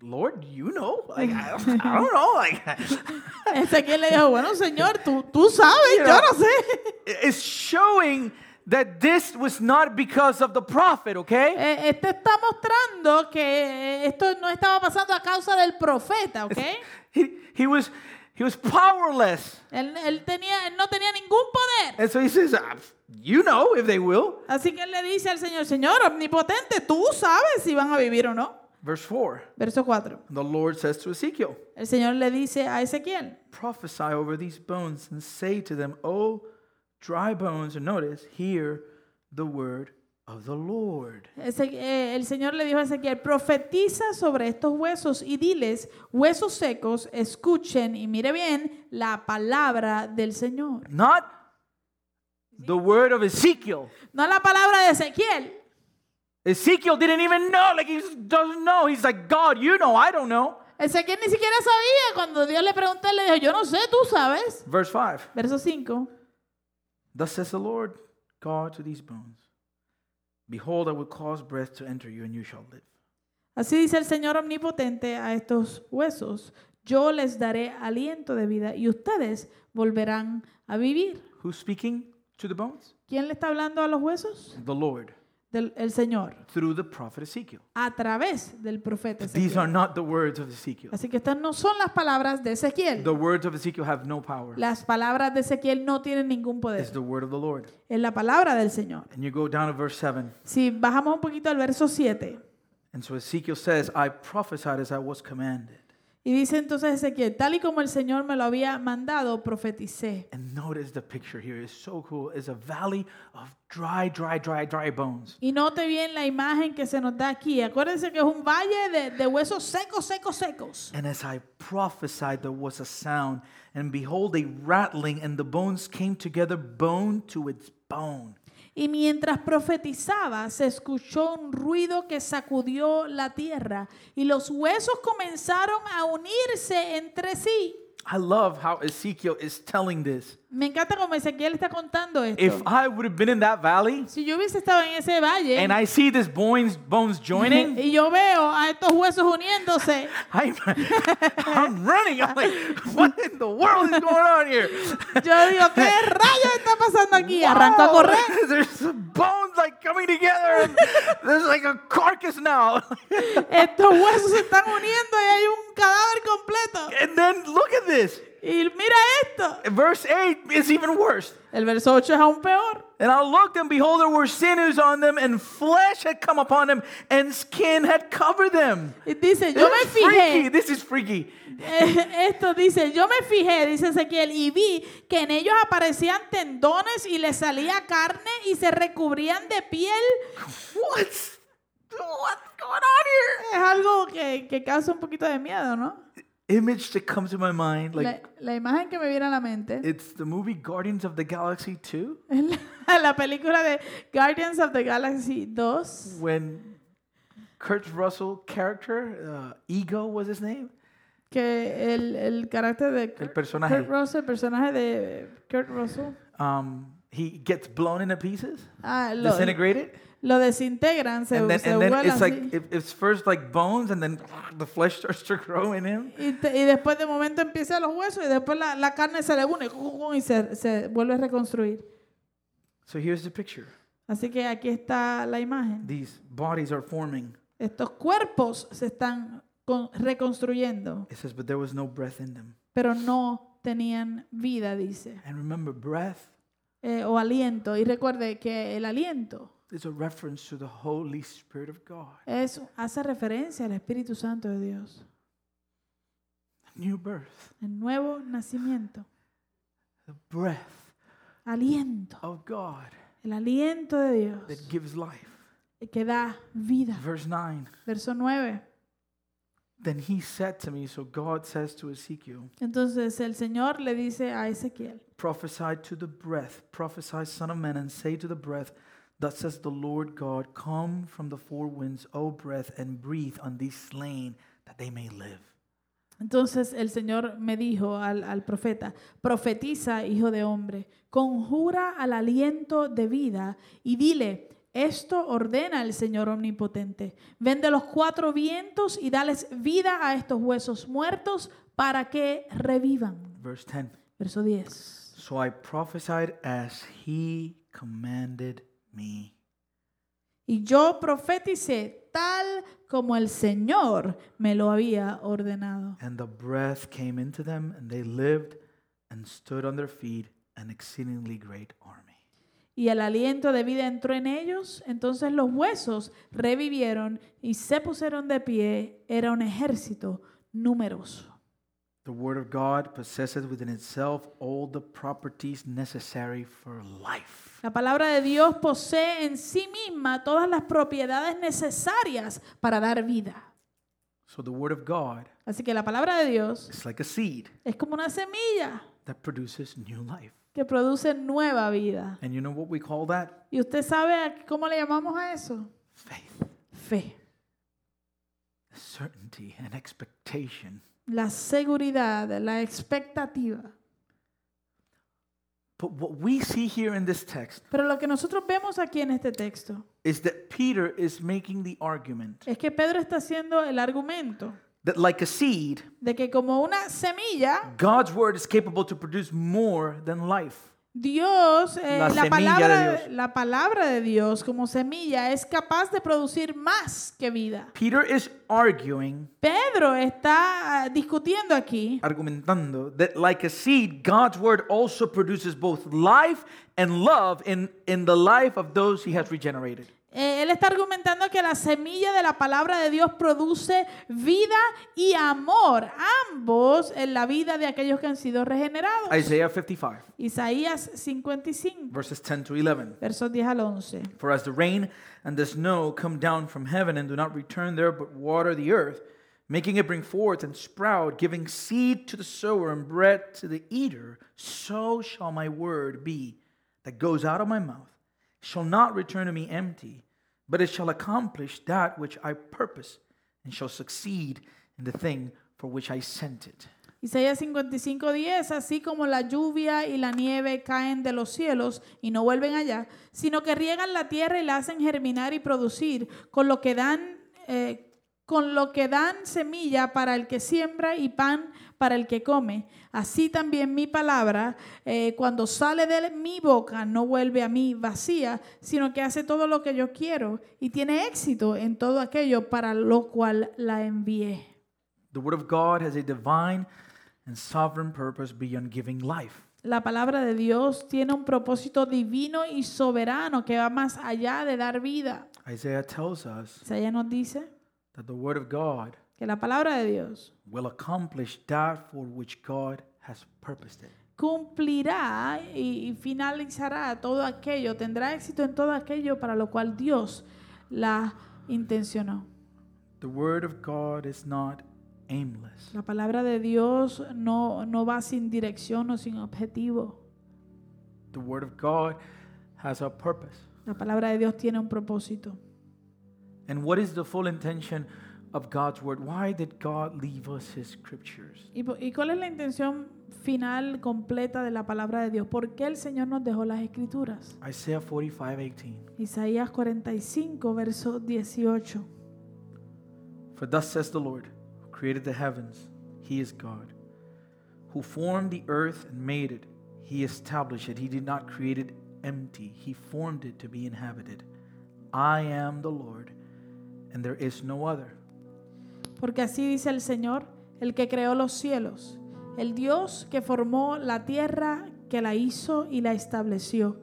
Speaker 1: Lord, you know. Like, I, don't- I don't know. Like,
Speaker 2: Ezequiel le dijo, bueno, Señor, tú, tú sabes,
Speaker 1: Mira.
Speaker 2: yo no sé.
Speaker 1: it's showing that this was not because of the prophet, okay?
Speaker 2: Eh, Este está mostrando que eh, esto no estaba pasando a causa del profeta, ¿ok?
Speaker 1: He, he was he was powerless.
Speaker 2: Él, él tenía, él no tenía ningún poder.
Speaker 1: And so he says, "Ah, "You know if they will."
Speaker 2: Así que él le dice al Señor, Señor, omnipotente, tú sabes si van a vivir o no.
Speaker 1: Verse 4.
Speaker 2: Verso 4.
Speaker 1: The Lord says to Ezekiel,
Speaker 2: El Señor le dice a Ezequiel,
Speaker 1: "Prophesy over these bones and say to them, "O dry bones, and notice, hear the word of the Lord."
Speaker 2: Ese- eh, el Señor le dijo a Ezequiel, profetiza sobre estos huesos y diles, huesos secos, escuchen y mire bien la palabra del Señor.
Speaker 1: Not the word of Ezekiel.
Speaker 2: No la palabra de Ezequiel.
Speaker 1: Ezekiel didn't even know. Like he just doesn't know. He's like, "God, you know. I don't know."
Speaker 2: Ezequiel ni siquiera sabía. Cuando Dios le preguntó, él le dijo, yo no sé, tú sabes.
Speaker 1: Verse 5.
Speaker 2: Verso 5.
Speaker 1: Thus says the Lord God to these bones Behold, I will cause breath to enter you and you shall live.
Speaker 2: Así dice el Señor omnipotente a estos huesos. Yo les daré aliento de vida y ustedes volverán a vivir.
Speaker 1: Who's speaking to the bones?
Speaker 2: ¿Quién le está hablando a los huesos?
Speaker 1: The Lord
Speaker 2: Del, el Señor,
Speaker 1: through the prophet Ezekiel.
Speaker 2: a través del profeta
Speaker 1: These are
Speaker 2: Ezequiel.
Speaker 1: not the words of Ezekiel.
Speaker 2: Así que estas no son las palabras de Ezequiel.
Speaker 1: The words of Ezekiel have no power.
Speaker 2: Las palabras de Ezequiel no tienen ningún
Speaker 1: It's
Speaker 2: poder.
Speaker 1: the word of the Lord.
Speaker 2: Es la palabra del Señor.
Speaker 1: And you go down to verse 7.
Speaker 2: Si bajamos un poquito al verso 7,
Speaker 1: And so Ezekiel says, I prophesied as I was commanded.
Speaker 2: y dice entonces Ezequiel, tal y como el Señor me lo había mandado, profeticé.
Speaker 1: And notice the picture here is so cool. It's a valley of dry, dry, dry, dry bones.
Speaker 2: Y note bien la imagen que se nos da aquí. Acuérdense que es un valle de, de huesos secos, secos, secos.
Speaker 1: And as I prophesied, there was a sound, and behold, a rattling, and the bones came together, bone to its bone.
Speaker 2: Y mientras profetizaba, se escuchó un ruido que sacudió la tierra y los huesos comenzaron a unirse entre sí.
Speaker 1: I love how Ezekiel is telling this.
Speaker 2: Me encanta como Ezequiel está contando esto.
Speaker 1: If I would have been in that valley
Speaker 2: si yo hubiese estado en ese valle
Speaker 1: and I see these bones, bones joining,
Speaker 2: y yo veo a estos huesos uniéndose,
Speaker 1: I'm, I'm running. I'm like, what in the world is going on here?
Speaker 2: yo digo, ¿qué rayos está pasando aquí? Arranco
Speaker 1: Wow,
Speaker 2: a correr.
Speaker 1: There's some bones like coming together. And there's like a carcass now.
Speaker 2: Estos huesos se están uniendo y hay un cadáver completo.
Speaker 1: and then look at this.
Speaker 2: Y mira esto.
Speaker 1: Verse 8 is even worse.
Speaker 2: El verso 8 es aún peor.
Speaker 1: And I looked, and behold, there were sinews on them, and flesh had come upon them, and skin had covered them.
Speaker 2: Y dice, yo me
Speaker 1: This is freaky.
Speaker 2: fijé.
Speaker 1: This is freaky.
Speaker 2: eh, Esto dice, yo me fijé, dice Ezequiel, y vi que en ellos aparecían tendones y les salía carne y se recubrían de piel.
Speaker 1: What's, what's going on here?
Speaker 2: Es algo que, que causa un poquito de miedo, ¿no?
Speaker 1: Image that comes to my mind, like Eh.
Speaker 2: La, la imagen que me viene a la mente
Speaker 1: it's the movie Guardians of the Galaxy 2,
Speaker 2: es la, la película de Guardians of the Galaxy 2,
Speaker 1: when Kurt Russell character, uh, Ego was his name,
Speaker 2: que el, el carácter de
Speaker 1: el
Speaker 2: Kurt, Kurt
Speaker 1: personaje,
Speaker 2: Russell, el personaje de Kurt Russell,
Speaker 1: um, he gets blown into pieces,
Speaker 2: ah, lo,
Speaker 1: disintegrated,
Speaker 2: lo desintegran, se,
Speaker 1: and then,
Speaker 2: se
Speaker 1: and then
Speaker 2: vuelan
Speaker 1: it's like
Speaker 2: así.
Speaker 1: it, it's first like bones, and then the flesh starts to grow in him.
Speaker 2: Y, te- y después de momento empiezan los huesos y después la, la carne se le une y se, se vuelve a reconstruir.
Speaker 1: So here's the picture.
Speaker 2: Así que aquí está la imagen.
Speaker 1: These bodies are forming.
Speaker 2: Estos cuerpos se están con- reconstruyendo,
Speaker 1: It says, but there was no breath in them.
Speaker 2: pero no tenían vida, dice,
Speaker 1: And remember, breath
Speaker 2: eh, o aliento. Y recuerde que el aliento
Speaker 1: is a reference to the Holy Spirit of God.
Speaker 2: es, hace referencia al Espíritu Santo de Dios,
Speaker 1: New birth,
Speaker 2: el nuevo nacimiento,
Speaker 1: the breath
Speaker 2: aliento,
Speaker 1: of God
Speaker 2: el aliento de
Speaker 1: that
Speaker 2: Dios
Speaker 1: gives life.
Speaker 2: que da vida.
Speaker 1: Verse 9.
Speaker 2: Verso 9.
Speaker 1: Then he said to me, so God says to Ezekiel,
Speaker 2: Entonces el Señor le dice a Ezequiel,
Speaker 1: prophesy to the breath, prophesy, son of man, and say to the breath, Thus says the Lord God, come from the four winds, O breath, and breathe on these slain, that they may live.
Speaker 2: Entonces el Señor me dijo al, al profeta, profetiza, hijo de hombre, conjura al aliento de vida y dile, esto ordena el Señor omnipotente, vende los cuatro vientos y dales vida a estos huesos muertos para que revivan.
Speaker 1: Verse 10.
Speaker 2: Verso 10.
Speaker 1: So I prophesied as he commanded me.
Speaker 2: Y yo profeticé tal como el Señor me lo había ordenado.
Speaker 1: And the breath came into them, and they lived and stood on their feet, an exceedingly great army.
Speaker 2: y el aliento de vida entró en ellos, entonces los huesos revivieron y se pusieron de pie. Era un ejército numeroso.
Speaker 1: The word of God possesses within itself all the properties necessary for life.
Speaker 2: La palabra de Dios posee en sí misma todas las propiedades necesarias para dar vida.
Speaker 1: So the word of God
Speaker 2: Así que la palabra de Dios
Speaker 1: is like a seed
Speaker 2: es como una semilla
Speaker 1: that produces new life.
Speaker 2: que produce nueva vida.
Speaker 1: And you know what we call that?
Speaker 2: ¿Y usted sabe a- cómo le llamamos a eso?
Speaker 1: Faith,
Speaker 2: Fe.
Speaker 1: certainty, and expectation.
Speaker 2: La seguridad, la expectativa.
Speaker 1: But what we see here in this text
Speaker 2: Pero lo que nosotros vemos aquí en este texto
Speaker 1: is that Peter is making the argument
Speaker 2: es que Pedro está haciendo el argumento
Speaker 1: that, like a seed,
Speaker 2: de que como una semilla,
Speaker 1: God's word is capable to produce more than life.
Speaker 2: Dios, eh,
Speaker 1: La
Speaker 2: la,
Speaker 1: semilla de
Speaker 2: palabra,
Speaker 1: Dios.
Speaker 2: la palabra de Dios como semilla es capaz de producir más que vida.
Speaker 1: Peter is arguing,
Speaker 2: Pedro está ah, discutiendo aquí
Speaker 1: argumentando, that like a seed, God's word also produces both life and love in, in the life of those he has regenerated.
Speaker 2: Eh, él está argumentando que la semilla de la palabra de Dios produce vida y amor, ambos en la vida de aquellos que han sido regenerados.
Speaker 1: Isaiah 55,
Speaker 2: Isaías 55,
Speaker 1: verses 10 to 11.
Speaker 2: versos 10 al 11.
Speaker 1: For as the rain and the snow come down from heaven and do not return there, but water the earth, making it bring forth and sprout, giving seed to the sower and bread to the eater, so shall my word be that goes out of my mouth. It shall not return to me empty, but it shall accomplish that which I purpose, and shall succeed in the thing for which I sent it.
Speaker 2: Isaías 55, 10, así como la lluvia y la nieve caen de los cielos y no vuelven allá, sino que riegan la tierra y la hacen germinar y producir, con lo que dan, eh, con lo que dan semilla para el que siembra y pan para el que come. Así también mi palabra, eh, cuando sale de mi boca, no vuelve a mí vacía, sino que hace todo lo que yo quiero y tiene éxito en todo aquello para lo cual la envié.
Speaker 1: The word of God has a divine and sovereign purpose beyond giving life.
Speaker 2: La palabra de Dios tiene un propósito divino y soberano que va más allá de dar vida.
Speaker 1: Isaiah tells us
Speaker 2: Isaías nos dice
Speaker 1: that the word of God
Speaker 2: que la palabra de Dios
Speaker 1: will accomplish that for which God has purposed it.
Speaker 2: cumplirá y, y finalizará todo aquello, tendrá éxito en todo aquello para lo cual Dios la intencionó.
Speaker 1: The word of God is not aimless.
Speaker 2: La palabra de Dios no, no va sin dirección o sin objetivo.
Speaker 1: The word of God has a purpose.
Speaker 2: La palabra de Dios tiene un propósito.
Speaker 1: And what is the full intention of God's word? Why did God leave us his scriptures?
Speaker 2: ¿Y, po- y cuál es la intención final, completa de la palabra de Dios? ¿Por qué el Señor nos dejó las escrituras?
Speaker 1: Isaiah 45:18.
Speaker 2: Isaías 45, verso 18.
Speaker 1: For thus says the Lord, who created the heavens, he is God, who formed the earth and made it, he established it. He did not create it empty, he formed it to be inhabited. I am the Lord, and there is no other.
Speaker 2: Porque así dice el Señor, el que creó los cielos, el Dios que formó la tierra, que la hizo y la estableció,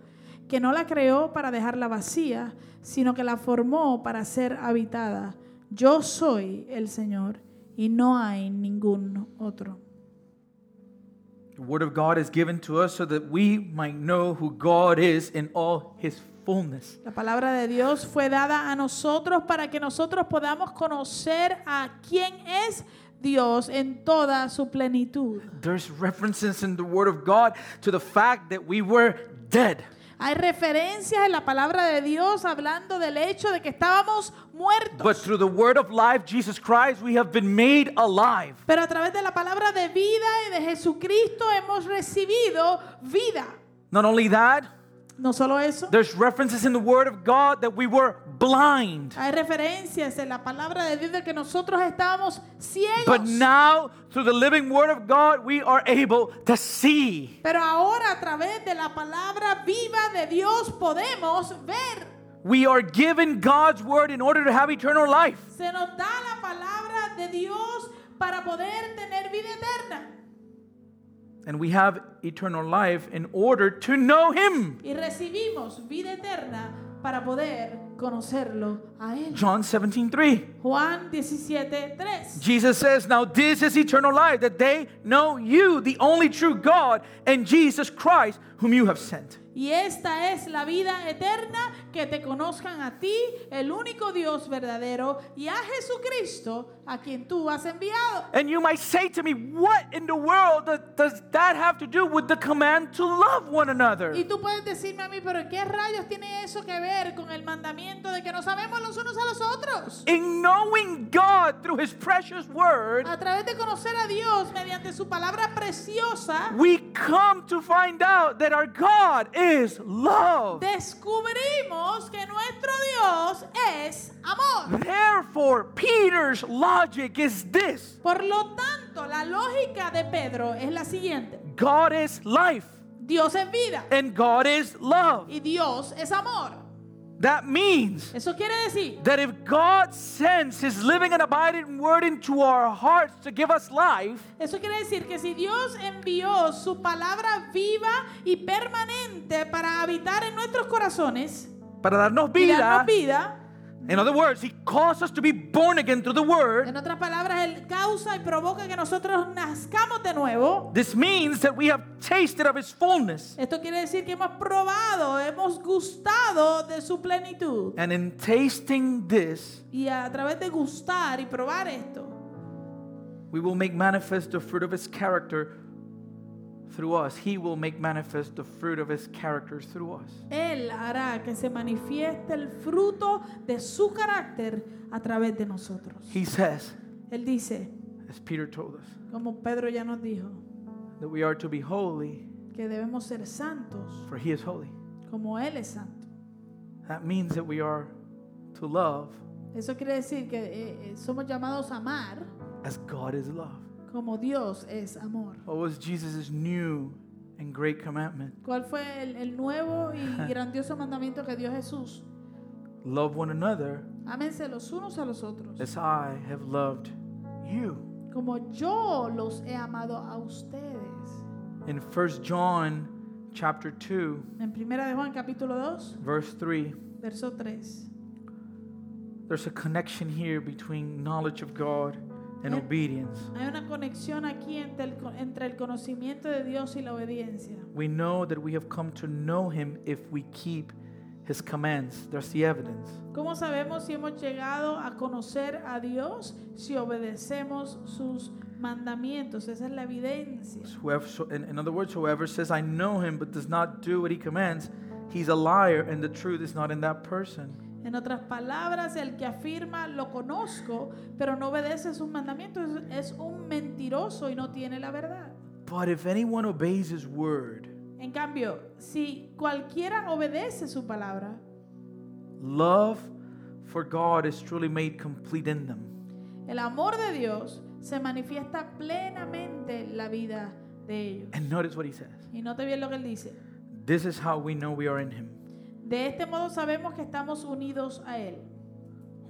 Speaker 2: que no la creó para dejarla vacía, sino que la formó para ser habitada. Yo soy el Señor y no hay ningún otro.
Speaker 1: The word of God is given to us so that we might know who God is in all his fullness.
Speaker 2: La palabra de Dios fue dada a nosotros para que nosotros podamos conocer a quién es Dios en toda su plenitud.
Speaker 1: There's references in the word of God to the fact that we were dead.
Speaker 2: Hay referencias en la palabra de Dios hablando del hecho de que estábamos muertos.
Speaker 1: But through the word of life, Jesus Christ, we have been made alive.
Speaker 2: Pero a través de la palabra de vida y de Jesucristo hemos recibido vida.
Speaker 1: Not only that,
Speaker 2: No solo eso,
Speaker 1: there's references in the Word of God that we were blind,
Speaker 2: hay referencias en la palabra de Dios de que nosotros estábamos ciegos.
Speaker 1: but now through the living Word of God, we are able to see.
Speaker 2: Pero ahora a través de la palabra viva de Dios podemos ver.
Speaker 1: We are given God's Word in order to have eternal life.
Speaker 2: Se nos da la palabra de Dios para poder tener vida eterna.
Speaker 1: And we have eternal life in order to know Him.
Speaker 2: Y recibimos vida eterna para poder conocerlo a Él.
Speaker 1: John 17 3.
Speaker 2: Juan 17, 3.
Speaker 1: Jesus says, Now this is eternal life, that they know you, the only true God, and Jesus Christ, whom you have sent.
Speaker 2: Y esta es la vida eterna, que te conozcan a ti, el único Dios verdadero, y a Jesucristo, a quien tú has enviado.
Speaker 1: And you might say to me, What in the world does- does that have to do with the command to love one another?
Speaker 2: Y tú puedes decirme a mí, pero ¿qué rayos tiene eso que ver con el mandamiento de que nos amemos los unos a los otros?
Speaker 1: In knowing God through His precious word,
Speaker 2: A través de conocer a Dios mediante su palabra preciosa,
Speaker 1: we come to find out that that our God is love.
Speaker 2: descubrimos que nuestro Dios es amor.
Speaker 1: Therefore, Peter's logic is this
Speaker 2: Por lo tanto, la lógica de Pedro es la siguiente.
Speaker 1: God is life,
Speaker 2: Dios es vida
Speaker 1: and God is love.
Speaker 2: y Dios es amor.
Speaker 1: That means
Speaker 2: Eso quiere decir
Speaker 1: that if God sends His living and abiding word into our hearts to give us life,
Speaker 2: Eso quiere decir que si Dios envió su palabra viva y permanente para habitar en nuestros corazones
Speaker 1: para darnos
Speaker 2: y
Speaker 1: vida,
Speaker 2: darnos vida,
Speaker 1: in other words, He calls us to be born again through the word.
Speaker 2: en otras palabras, Él causa y provoca que nosotros nazcamos de nuevo.
Speaker 1: This means that we have tasted of His fullness.
Speaker 2: Esto quiere decir que hemos probado, hemos gustado de su plenitud.
Speaker 1: And in tasting this,
Speaker 2: Y a través de gustar y probar esto,
Speaker 1: we will make manifest the fruit of His character through us. He will make manifest the fruit of His character through us.
Speaker 2: Él hará que se manifieste el fruto de su carácter a través de nosotros.
Speaker 1: He says,
Speaker 2: Él dice,
Speaker 1: as Peter told us,
Speaker 2: como Pedro ya nos dijo,
Speaker 1: that we are to be holy,
Speaker 2: que debemos ser santos
Speaker 1: for He is holy.
Speaker 2: como Él es santo.
Speaker 1: That means that we are to love
Speaker 2: Eso quiere decir que eh, eh, somos llamados a amar
Speaker 1: as God is love.
Speaker 2: como Dios es amor.
Speaker 1: What was Jesus' new and great commandment?
Speaker 2: ¿Cuál fue el, el nuevo y grandioso mandamiento que dio Jesús?
Speaker 1: Love one another
Speaker 2: Ámense los unos a los otros,
Speaker 1: as I have loved you.
Speaker 2: como yo los he amado a ustedes.
Speaker 1: In 1 John chapter 2,
Speaker 2: En primera de Juan capítulo 2,
Speaker 1: verse 3,
Speaker 2: verso 3.
Speaker 1: there's a connection here between knowledge of God and
Speaker 2: Yeah.
Speaker 1: obedience.
Speaker 2: Hay una conexión aquí entre el, co- entre el conocimiento de Dios y la obediencia.
Speaker 1: We know that we have come to know him if we keep his commands. There's the evidence.
Speaker 2: ¿Cómo sabemos si hemos llegado a conocer a Dios si obedecemos sus mandamientos? Esa es la evidencia.
Speaker 1: Whoever, so, in, in other words, whoever says, I know him, but does not do what he commands, he's a liar, and the truth is not in that person.
Speaker 2: En otras palabras, el que afirma lo conozco, pero no obedece sus mandamientos es es un mentiroso y no tiene la verdad.
Speaker 1: But if anyone obeys his word,
Speaker 2: En cambio, si cualquiera obedece su palabra,
Speaker 1: love for God is truly made complete in them.
Speaker 2: el amor de Dios se manifiesta plenamente en la vida de ellos.
Speaker 1: And notice what he says
Speaker 2: Y note bien lo que él dice.
Speaker 1: this is how we know we are in him.
Speaker 2: De este modo sabemos que estamos unidos a él.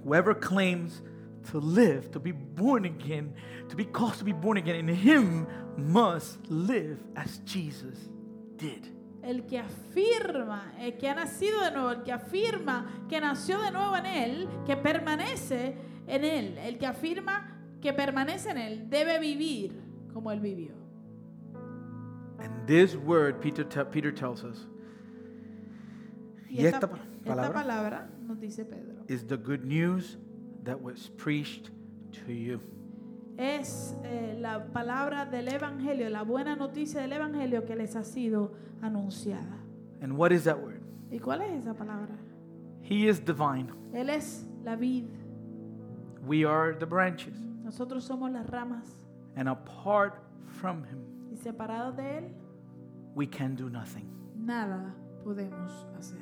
Speaker 1: Whoever claims to live, to be born again, to be called to be born again in him must live as Jesus did.
Speaker 2: El que afirma, el que ha nacido de nuevo, el que afirma que nació de nuevo en Él, que permanece en Él, el que afirma que permanece en Él, debe vivir como Él vivió.
Speaker 1: And this word, Peter, te- Peter tells us,
Speaker 2: Y
Speaker 1: Y
Speaker 2: esta,
Speaker 1: esta pa-
Speaker 2: esta
Speaker 1: palabra-
Speaker 2: palabra nos dice Pedro.
Speaker 1: is the good news that was preached to you.
Speaker 2: Es eh, la palabra del Evangelio, la buena noticia del Evangelio que les ha sido anunciada.
Speaker 1: And what is that word?
Speaker 2: ¿Y cuál es esa palabra?
Speaker 1: He is divine.
Speaker 2: Él es la vid,
Speaker 1: We are the branches.
Speaker 2: nosotros somos las ramas
Speaker 1: And apart from him,
Speaker 2: y separados de Él,
Speaker 1: we can do nothing.
Speaker 2: nada podemos hacer.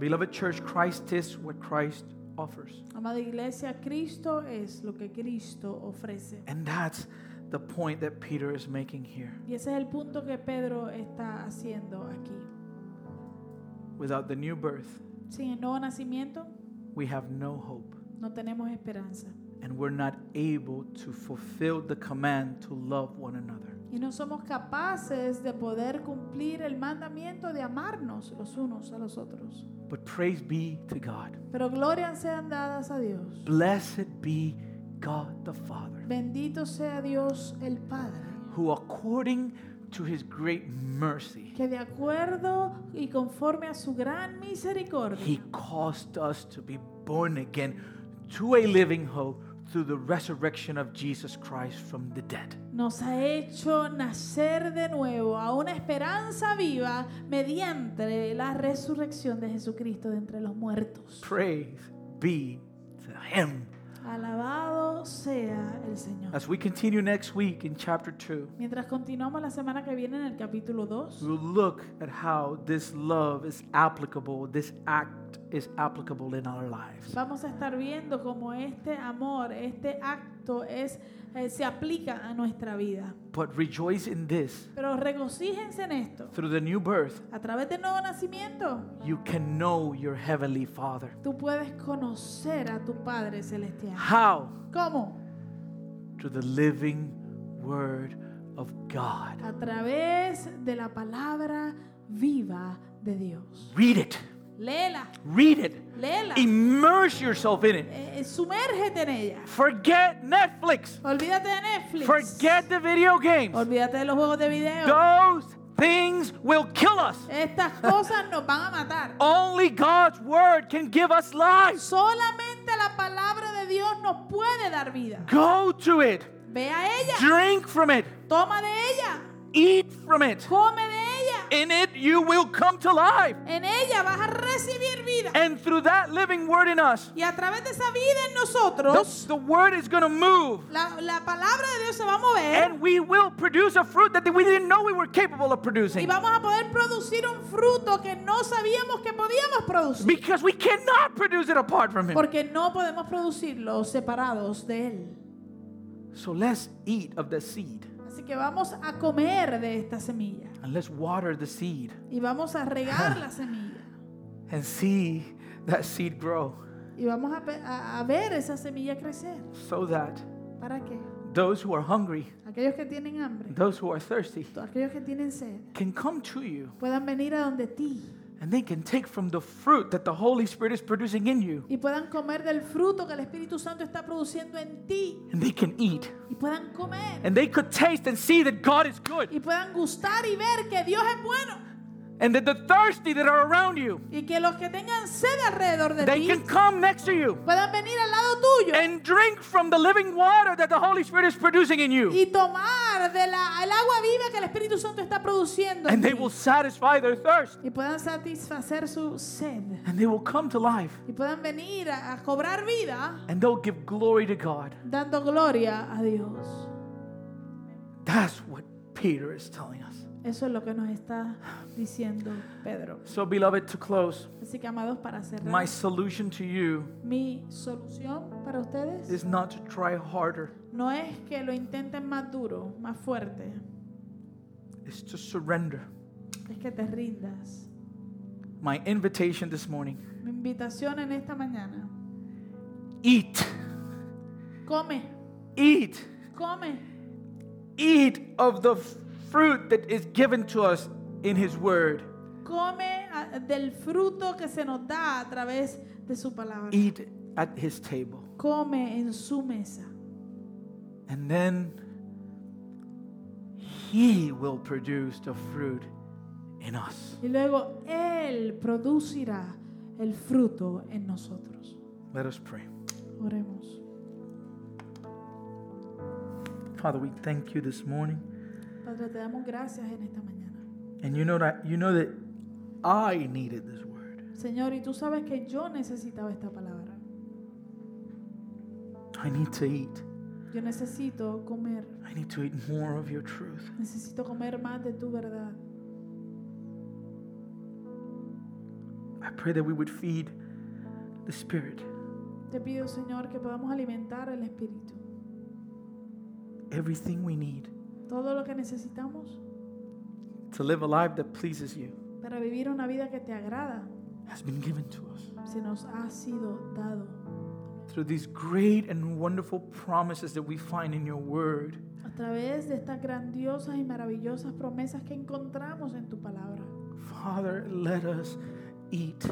Speaker 1: Beloved church, Christ is what Christ offers.
Speaker 2: Amada iglesia, Cristo es lo que Cristo ofrece.
Speaker 1: And that's the point that Peter is making here.
Speaker 2: Y ese es el punto que Pedro está haciendo aquí.
Speaker 1: Without the new birth,
Speaker 2: Sin el nuevo nacimiento
Speaker 1: we have no hope,
Speaker 2: no tenemos esperanza
Speaker 1: and we're not able to fulfill the command to love one another.
Speaker 2: y no somos capaces de poder cumplir el mandamiento de amarnos los unos a los otros.
Speaker 1: But praise be to God.
Speaker 2: Pero glorias sean dadas a Dios.
Speaker 1: Blessed be God the Father,
Speaker 2: Bendito sea Dios el Padre,
Speaker 1: who according to his great mercy,
Speaker 2: que de acuerdo y conforme a su gran
Speaker 1: he
Speaker 2: misericordia
Speaker 1: caused us to be born again to a living hope through the resurrection of Jesus Christ from the dead.
Speaker 2: nos ha hecho nacer de nuevo a una esperanza viva mediante la resurrección de Jesucristo de entre los muertos.
Speaker 1: Praise be to him.
Speaker 2: Alabado sea el Señor.
Speaker 1: As we continue next week in chapter 2,
Speaker 2: Mientras continuamos la semana que viene en el capítulo 2,
Speaker 1: we'll look at how this love is applicable, this act is applicable in our lives.
Speaker 2: vamos a estar viendo cómo este amor, este acto es eh, se aplica a nuestra vida.
Speaker 1: But rejoice in this.
Speaker 2: Pero regocíjense en esto.
Speaker 1: Through the new birth,
Speaker 2: A través del nuevo nacimiento,
Speaker 1: you can know your heavenly Father.
Speaker 2: tú puedes conocer a tu Padre celestial.
Speaker 1: How?
Speaker 2: ¿Cómo?
Speaker 1: Through the living Word of God.
Speaker 2: A través de la palabra viva de Dios.
Speaker 1: Read it.
Speaker 2: Léela,
Speaker 1: Read it.
Speaker 2: léela.
Speaker 1: Immerse yourself in it.
Speaker 2: Eh, eh, sumérgete en ella.
Speaker 1: Forget Netflix.
Speaker 2: Olvídate de Netflix.
Speaker 1: Forget the video games.
Speaker 2: Olvídate de los juegos de video.
Speaker 1: Those things will kill us.
Speaker 2: Estas cosas nos van a matar.
Speaker 1: Only God's Word can give us life.
Speaker 2: Solamente la palabra de Dios nos puede dar vida.
Speaker 1: Go to it.
Speaker 2: Ve a ella,
Speaker 1: Drink from it.
Speaker 2: toma de ella,
Speaker 1: Eat from it.
Speaker 2: come de ella.
Speaker 1: In it, you will come to life.
Speaker 2: En ella vas a recibir vida.
Speaker 1: And through that living Word in us,
Speaker 2: Y a través de esa vida en
Speaker 1: The,
Speaker 2: nosotros,
Speaker 1: the word is going to move.
Speaker 2: la, la palabra de Dios se va a mover
Speaker 1: And we will produce a fruit that we didn't know we were capable of
Speaker 2: y
Speaker 1: producing.
Speaker 2: vamos a poder producir un fruto que no sabíamos que podíamos producir.
Speaker 1: Because we cannot produce it apart from Him.
Speaker 2: Porque no podemos producirlo separados de Él.
Speaker 1: So let's eat of the seed.
Speaker 2: Así que vamos a comer de esta semilla
Speaker 1: And let's water the seed
Speaker 2: y vamos a regar la semilla
Speaker 1: and see that seed grow
Speaker 2: y vamos a, pe- a- a ver esa semilla crecer.
Speaker 1: so that
Speaker 2: ¿Para qué?
Speaker 1: those who are hungry,
Speaker 2: Aquellos que tienen hambre,
Speaker 1: those who are thirsty,
Speaker 2: aquellos que tienen sed,
Speaker 1: can come to you
Speaker 2: puedan venir a donde ti
Speaker 1: and they can take from the fruit that the Holy Spirit is producing in you
Speaker 2: y puedan comer del fruto que el Espíritu Santo está produciendo en ti.
Speaker 1: and they can eat.
Speaker 2: y puedan comer
Speaker 1: And they could taste and see that God is good
Speaker 2: y puedan gustar y ver que Dios es bueno
Speaker 1: and that the thirsty that are around you,
Speaker 2: y que los que tengan sed alrededor de
Speaker 1: they
Speaker 2: ti
Speaker 1: can come next to you.
Speaker 2: puedan venir al lado tuyo
Speaker 1: and drink from the living water that the Holy Spirit is producing in you.
Speaker 2: y tomar del agua viva que el Espíritu Santo está produciendo en
Speaker 1: And they
Speaker 2: ti.
Speaker 1: will satisfy their thirst.
Speaker 2: y puedan satisfacer su sed
Speaker 1: And they will come to life.
Speaker 2: y puedan venir a, a cobrar vida
Speaker 1: And they'll give glory to God.
Speaker 2: dando gloria a Dios.
Speaker 1: That's what Peter is telling us.
Speaker 2: Eso es lo que nos está diciendo Pedro.
Speaker 1: So, beloved, to close,
Speaker 2: Así que amados, para cerrar,
Speaker 1: my solution to you
Speaker 2: mi solución para ustedes
Speaker 1: is not to try harder,
Speaker 2: no es que lo intenten más duro, más fuerte,
Speaker 1: it's to surrender.
Speaker 2: es que te rindas.
Speaker 1: My invitation this morning
Speaker 2: Mi invitación en esta mañana,
Speaker 1: eat,
Speaker 2: come,
Speaker 1: eat,
Speaker 2: come,
Speaker 1: eat of the fruit that is given to us in His Word.
Speaker 2: come ah, del fruto que se nos da a través de su palabra.
Speaker 1: Eat at His table.
Speaker 2: Come en su mesa
Speaker 1: And then He will produce the fruit in us.
Speaker 2: y luego Él producirá el fruto en nosotros.
Speaker 1: Let us pray.
Speaker 2: Oremos.
Speaker 1: Father, we thank you this morning.
Speaker 2: Padre, te damos gracias en esta mañana.
Speaker 1: And you know that you know that I needed this word.
Speaker 2: Señor, y tú sabes que yo necesitaba esta palabra.
Speaker 1: I need to eat.
Speaker 2: Yo necesito comer.
Speaker 1: I need to eat more of your truth.
Speaker 2: Necesito comer más de tu verdad.
Speaker 1: I pray that we would feed the spirit
Speaker 2: Te pido, Señor, que podamos alimentar el Espíritu.
Speaker 1: everything we need
Speaker 2: Todo lo que necesitamos
Speaker 1: to live a life that pleases you
Speaker 2: para vivir una vida que te agrada
Speaker 1: has been given to us
Speaker 2: se nos ha sido dado
Speaker 1: through these great and wonderful promises that we find in your word.
Speaker 2: a través de estas grandiosas y maravillosas promesas que encontramos en tu palabra.
Speaker 1: Father, let us eat.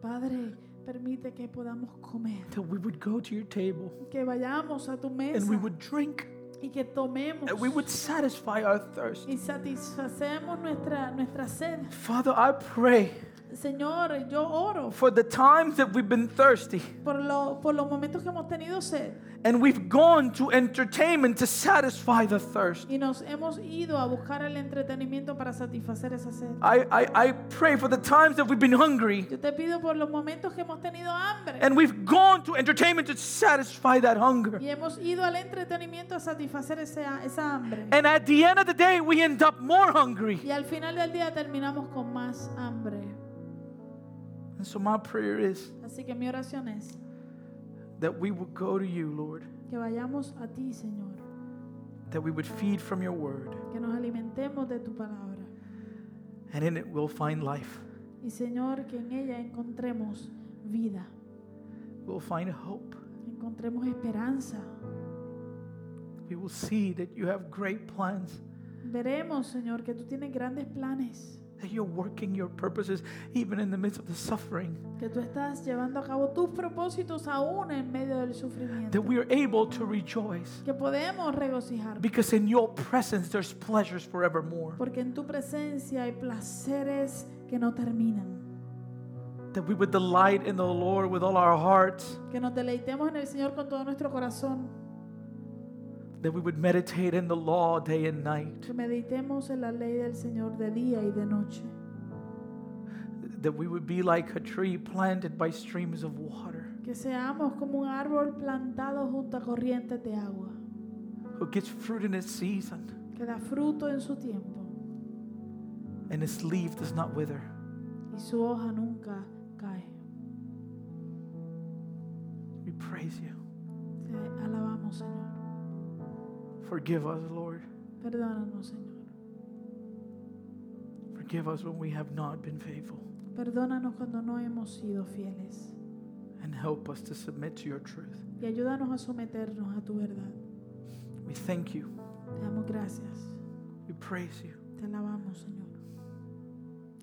Speaker 2: Padre, permite que podamos comer,
Speaker 1: That we would go to your table
Speaker 2: que vayamos a tu
Speaker 1: and
Speaker 2: mesa
Speaker 1: we would drink
Speaker 2: y que tomemos
Speaker 1: and we would satisfy our thirst.
Speaker 2: y satisfacemos nuestra, nuestra sed.
Speaker 1: Father, I pray
Speaker 2: Señor, yo oro
Speaker 1: for the times that we've been thirsty
Speaker 2: por, lo- por los momentos que hemos tenido sed
Speaker 1: and we've gone to entertainment to satisfy the thirst.
Speaker 2: y nos hemos ido a buscar el entretenimiento para satisfacer esa sed.
Speaker 1: I, I, I pray for the times that we've been hungry
Speaker 2: Yo te pido por los momentos que hemos tenido hambre
Speaker 1: and we've gone to entertainment to satisfy that hunger.
Speaker 2: y hemos ido al entretenimiento a satisfacer ese, ha- esa hambre.
Speaker 1: And at the end of the day, we end up more hungry.
Speaker 2: Y al final del día terminamos con más hambre.
Speaker 1: And so, my prayer is
Speaker 2: Así que mi oración es
Speaker 1: that we would go to you, Lord,
Speaker 2: que vayamos a ti, Señor,
Speaker 1: that we would feed from your word,
Speaker 2: que nos alimentemos de tu palabra.
Speaker 1: and in it we'll find life,
Speaker 2: Y Señor, que en ella encontremos vida,
Speaker 1: we'll find hope.
Speaker 2: encontremos esperanza.
Speaker 1: We will see that you have great plans,
Speaker 2: Veremos, Señor, que tú tienes grandes planes,
Speaker 1: that you're working your purposes even in the midst of the suffering,
Speaker 2: que tú estás llevando a cabo tus propósitos aún en medio del
Speaker 1: that
Speaker 2: sufrimiento,
Speaker 1: we are able to rejoice.
Speaker 2: que podemos regocijarnos,
Speaker 1: Because in your presence there's pleasures forevermore.
Speaker 2: porque en tu presencia hay placeres que no terminan.
Speaker 1: That we would delight in the Lord with all our hearts.
Speaker 2: Que nos deleitemos en el Señor con todo nuestro corazón,
Speaker 1: That we would meditate in the law day and night.
Speaker 2: que meditemos en la ley del Señor de día y de noche,
Speaker 1: That we would be like a tree planted by streams of water,
Speaker 2: que seamos como un árbol plantado junto a corrientes de agua,
Speaker 1: who gets fruit in its season,
Speaker 2: que da fruto en su tiempo.
Speaker 1: and its leaf does not wither.
Speaker 2: y su hoja nunca cae.
Speaker 1: We praise you.
Speaker 2: Te alabamos, Señor.
Speaker 1: Forgive us, Lord.
Speaker 2: Perdónanos, Señor.
Speaker 1: Forgive us when we have not been faithful,
Speaker 2: Perdónanos cuando no hemos sido fieles
Speaker 1: and help us to submit to your truth.
Speaker 2: y ayúdanos a someternos a tu verdad.
Speaker 1: We thank you.
Speaker 2: Te damos gracias.
Speaker 1: We praise you.
Speaker 2: Te alabamos, Señor.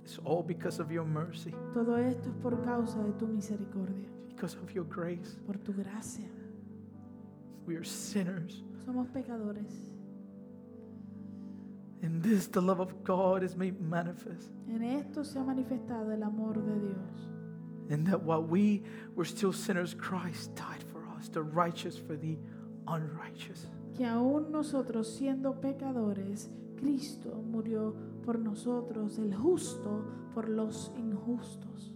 Speaker 1: It's all because of your mercy,
Speaker 2: Todo esto es por causa de tu misericordia,
Speaker 1: because of your grace.
Speaker 2: por tu gracia.
Speaker 1: We are sinners.
Speaker 2: Somos pecadores.
Speaker 1: In this, the love of God is made manifest,
Speaker 2: En esto se ha manifestado el amor de Dios.
Speaker 1: and that while we were still sinners, Christ died for us, the righteous for the unrighteous.
Speaker 2: Que aún nosotros siendo pecadores, Cristo murió por nosotros, el justo por los injustos.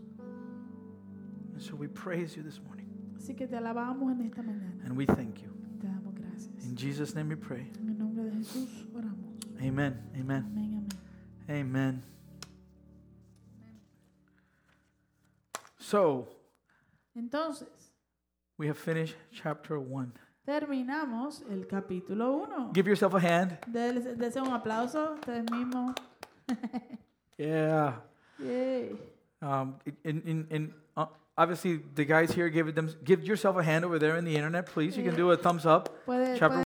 Speaker 1: And so we praise you this morning,
Speaker 2: Así que te alabamos en esta mañana.
Speaker 1: and we thank you.
Speaker 2: Te damos gracias.
Speaker 1: In Jesus' name we pray.
Speaker 2: En el nombre de Jesús oramos.
Speaker 1: Amen. Amen.
Speaker 2: Amén, amén.
Speaker 1: Amen. So
Speaker 2: Entonces,
Speaker 1: we have finished chapter one.
Speaker 2: terminamos el capítulo 1.
Speaker 1: Give yourself a hand.
Speaker 2: Dese un aplauso a ustedes mismos.
Speaker 1: Yeah.
Speaker 2: Yay.
Speaker 1: Um, in, in, in, uh, obviously, the guys here give them. Give yourself a hand over there in the internet, please. You can do a thumbs up.
Speaker 2: Puede-
Speaker 1: Chapter
Speaker 2: puede